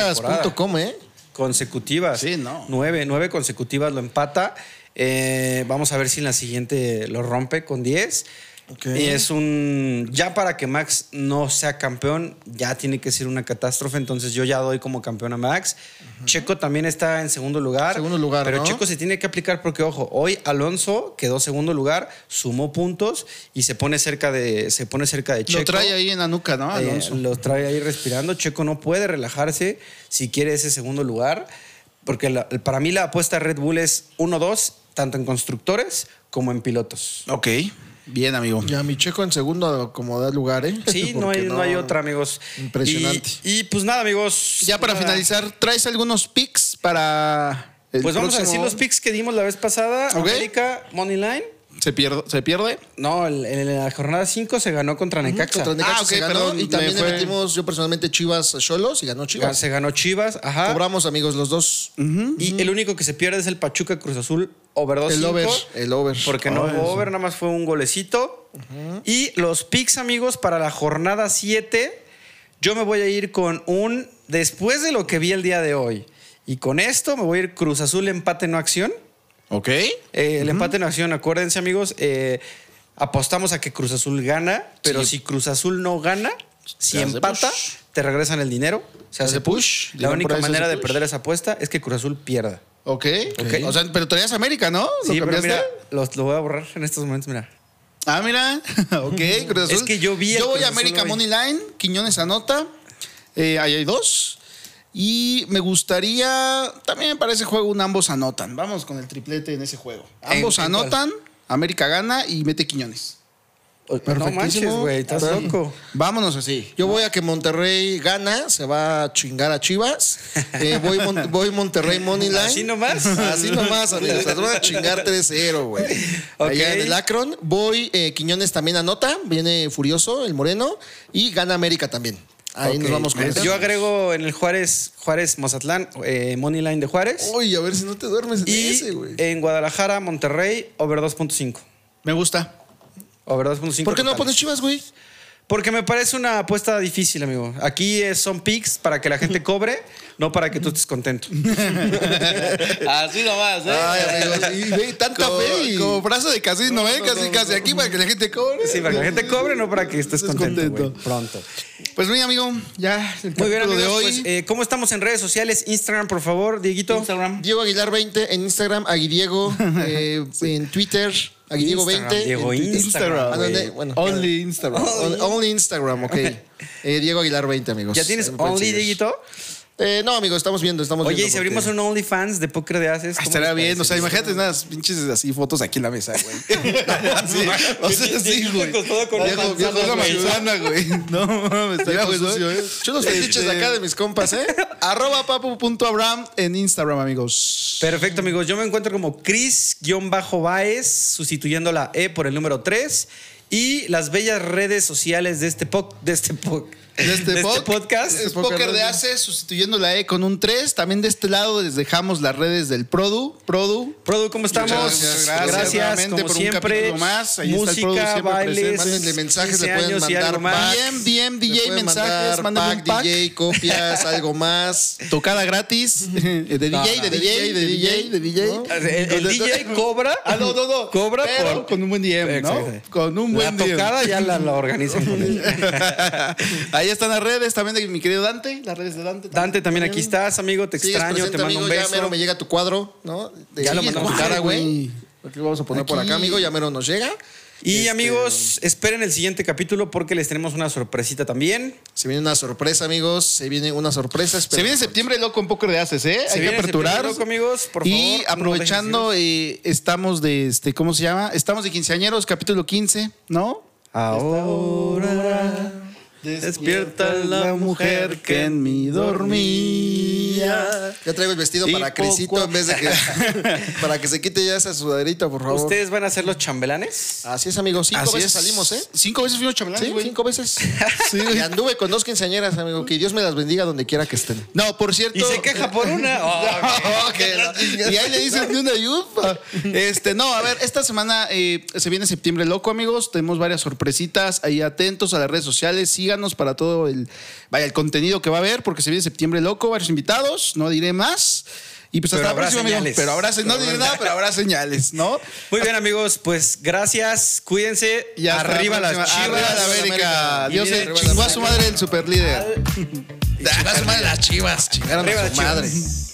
ayudaditas.com, ¿eh?
consecutivas.
Sí, no.
Nueve, nueve Eh, consecutivas lo empata. Eh, vamos a ver si en la siguiente lo rompe con diez.
Ok.
Y es un. Ya para que Max no sea campeón, ya tiene que ser una catástrofe. Entonces yo ya doy como campeón a Max. Checo también está en segundo lugar.
Segundo lugar,
Pero
¿no?
Checo se tiene que aplicar porque, ojo, hoy Alonso quedó segundo lugar, sumó puntos y se pone cerca de, se pone cerca de Checo.
Lo trae ahí en la nuca, ¿no?
Eh,
Alonso.
lo trae ahí respirando. Checo no puede relajarse si quiere ese segundo lugar, porque la- para mí la apuesta a Red Bull es 1-2, tanto en constructores como
*laughs*
en pilotos.
Ok. Bien, amigo.
Ya mi checo en segundo como da lugar, ¿eh? *laughs*
Sí, no
Porque
hay, no hay otra, amigos.
Impresionante.
Y, y, pues nada, amigos.
Ya para
nada.
finalizar, ¿traes algunos picks para el
Pues vamos a decir
próximo?
los picks que dimos la vez pasada.
Ok.
América, Moneyline.
¿Se pierde? ¿Se pierde?
No, el- en la jornada 5 se ganó contra Necaxa.
Contra Necaxa
Ah, ok,
se ganó,
perdón,
Y también
me
le
fue.
metimos yo personalmente Chivas a Cholos y ganó
Ah,
Chivas.
se ganó Chivas. Ajá.
Cobramos, amigos, los dos.
Y el único que se pierde es el Pachuca Cruz Azul over 2
El over, el over.
Porque
Ah,
no hubo over, nada más fue un golecito. Y los picks, amigos, para la jornada 7, yo me voy a ir con un. Después de lo que vi el día de hoy, y con esto me voy a ir Cruz Azul empate no acción.
Ok.
Eh, El empate en acción, acuérdense amigos, eh, apostamos a que Cruz Azul gana, pero si Cruz Azul no gana, si
hace
empata,
push.
te regresan el dinero, se hace
hace push.
push. La
Dirán por
única
ahí, se hace
manera de
push.
perder esa apuesta es que Cruz Azul pierda.
Ok.
Ok.
O sea, pero traías América, ¿no? ¿Lo
Sí, pero
cambiaste?
mira, los- lo voy a borrar en estos momentos, mira.
Ah, mira. *laughs* ok, Cruz
Es
Azul.
que yo vi el
Yo voy
Cruz
a
Azul
América
hoy.
Money Line, Quiñones anota. Eh, ahí hay dos. Y me gustaría también para ese juego un ambos anotan. Vamos con el triplete en ese juego.
¿En-
Ambos
en cuál?
anotan, América gana y mete Quiñones.
No manches, güey, estás
Perdón.
loco.
Vámonos así.
Yo voy a que Monterrey gana, se va a chingar
*laughs*
a Chivas. Eh, voy, Mon- voy Monterrey Moneyline.
¿Así nomás?
Así nomás, amigos.
*laughs*
Se van a chingar 3-0, güey.
Ok.
Allá en el Akron. Voy, eh, Quiñones también anota, viene furioso, el moreno. Y gana América también. Ahí
Ok.
nos vamos con eso.
Yo agrego en el Juárez, Juárez Mazatlán, eh, Money Line de Juárez.
Uy, a ver si no te duermes en
y eh,
ese, güey.
en Guadalajara, Monterrey, over 2.5.
Me gusta.
Over 2.5.
¿Por qué no
totales.
pones Chivas, güey?
Porque me parece una apuesta difícil, amigo. Aquí eh, son picks para que la
*laughs*
gente cobre, no para que tú estés contento.
Así nomás, ¿eh?
Ay, amigos. Y
*laughs*
ve tanta
Co-
fe. y-
Como brazo de casino, ¿eh?
no,
casi,
no,
casi. Aquí para que la gente cobre.
Sí, para que la gente cobre, no para que estés
Estés
contento. güey.
contento.
Pronto.
Pues mi amigo, ya el
Muy bien,
capítulo
amigos.
de hoy.
pues, eh, ¿Cómo estamos en redes sociales? Instagram, por favor, Dieguito.
Instagram.
Diego Aguilar 20 en Instagram,
*laughs*
Aguidiego eh, en Twitter, Aguidiego
Instagram,
20.
Diego,
en Twitter.
Instagram,
Ah, ¿dónde?
güey.
Bueno,
Only Instagram.
on- Only Instagram, ok. *laughs* Eh, Diego Aguilar 20, amigos.
¿Ya tienes
Ahí me pueden
Only,
seguir.
Dieguito?
Eh, no, amigos, estamos viendo, estamos
Oye,
viendo.
y si abrimos
porque-
un OnlyFans de Póker de Haces.
Ah,
¿cómo
Estaría
les
bien,
parece?
o sea, imagínate unas pinches así fotos aquí en la mesa,
*laughs*
güey. *laughs* Así, o sea, sí, güey.
Todo con
Viejo,
una
viejo, una
manzana, güey.
manzana, güey. *laughs* No mames, estaría
Mira, güey,
sucio,
¿eh?
¿eh?
Yo los
Este
fetiches de acá de mis
*laughs*
compas, ¿eh?
Arroba papu.abram en Instagram, amigos.
Perfecto, amigos. Yo me encuentro como Chris-Baez, sustituyendo la E por el número 3. Y las bellas redes sociales de este, poc- de este, poc-
De este,
*laughs* de este
pod-
podcast.
Es póker de Aces, sustituyendo la E con un 3. También de este lado les dejamos las redes del Produ. Produ.
Produ, ¿cómo estamos?
Muchas gracias. Gracias nuevamente
como
por un
siempre.
capítulo más. Ahí está el Produ
Música,
siempre presente.
bailes,
Mándenle mensajes, le
15
pueden
años y algo
mandar
más.
DM,
packs, le
DJ,
pueden
mensajes,
mandar
mándenle un pack.
DJ, copias, algo más.
Tocada gratis. De DJ, de DJ, de DJ, de DJ.
¿No?
El, el DJ cobra.
Ah, no, no, no.
Cobra
Pero
por.
con un buen DM, ¿no?
Exacto.
Con un buen
la
DM.
tocada ya la, la organizan con él.
*laughs* Ahí están las redes también de mi querido Dante. Las redes de Dante.
Dante, también aquí estás, amigo. Te
*laughs* Sigues
extraño, te
presente,
mando
amigo,
un
ya
beso.
mero me llega tu cuadro, ¿no? De-
Ya lo
Sí,
mandamos
tu
a
cara,
hacer,
güey.
güey.
Aquí lo vamos a poner por
Aquí.
acá, amigo. Ya mero nos llega.
Y
Este,
amigos, esperen el siguiente capítulo porque les tenemos una sorpresita también.
Se viene una sorpresa, amigos. Se viene una sorpresa.
Se viene septiembre loco en Póker de Haces, ¿eh?
Se
Hay que
viene
aperturar.
septiembre loco, amigos, por favor,
y
no
aprovechando, eh, estamos de, este, ¿cómo se llama? Estamos de quinceañeros, capítulo 15, ¿no?
Ahora despierta la mujer que en mí dormía.
Ya traigo el vestido
Y
para Cresito
poco a-
en vez
*laughs*
de que. para que se quite ya esa sudaderita, por favor.
¿Ustedes van a ser los
Ah,
chambelanes?
Así es, amigos. Cinco
Así
veces
es.
salimos, ¿eh?
Cinco veces fuimos chambelanes,
Sí,
güey.
*laughs*
cinco veces.
*laughs* Sí, güey.
y anduve con dos quinceañeras, amigo. Que Dios me las bendiga donde quiera que estén.
No, por cierto.
Y se
*laughs*
queja por una. *laughs* Oh,
que la chingada.
y ahí le dicen de una yupa. Este, no, a ver, esta semana eh, se viene septiembre loco, amigos. Tenemos varias sorpresitas. Ahí atentos a las redes sociales. Síganos para todo el, vaya, el contenido que va a haber, porque se viene septiembre loco, varios invitados. No diré más. Y pues
Pero
hasta la
habrá
próxima, amigo.
señales.
Pero habrá señales. No
Pero
diré
habrá-
nada, pero habrá señales, ¿no?
Muy bien, amigos, pues gracias, cuídense.
Y
Y
hasta la
arriba las
próxima.
chivas.
Arriba la América.
Y
Dios
miren,
se
arriba la
chingó a
América. *laughs*
su madre el superlíder.
Chingar a su madre las chivas. Chingaron
Arriba
a
las
su madre.
chivas.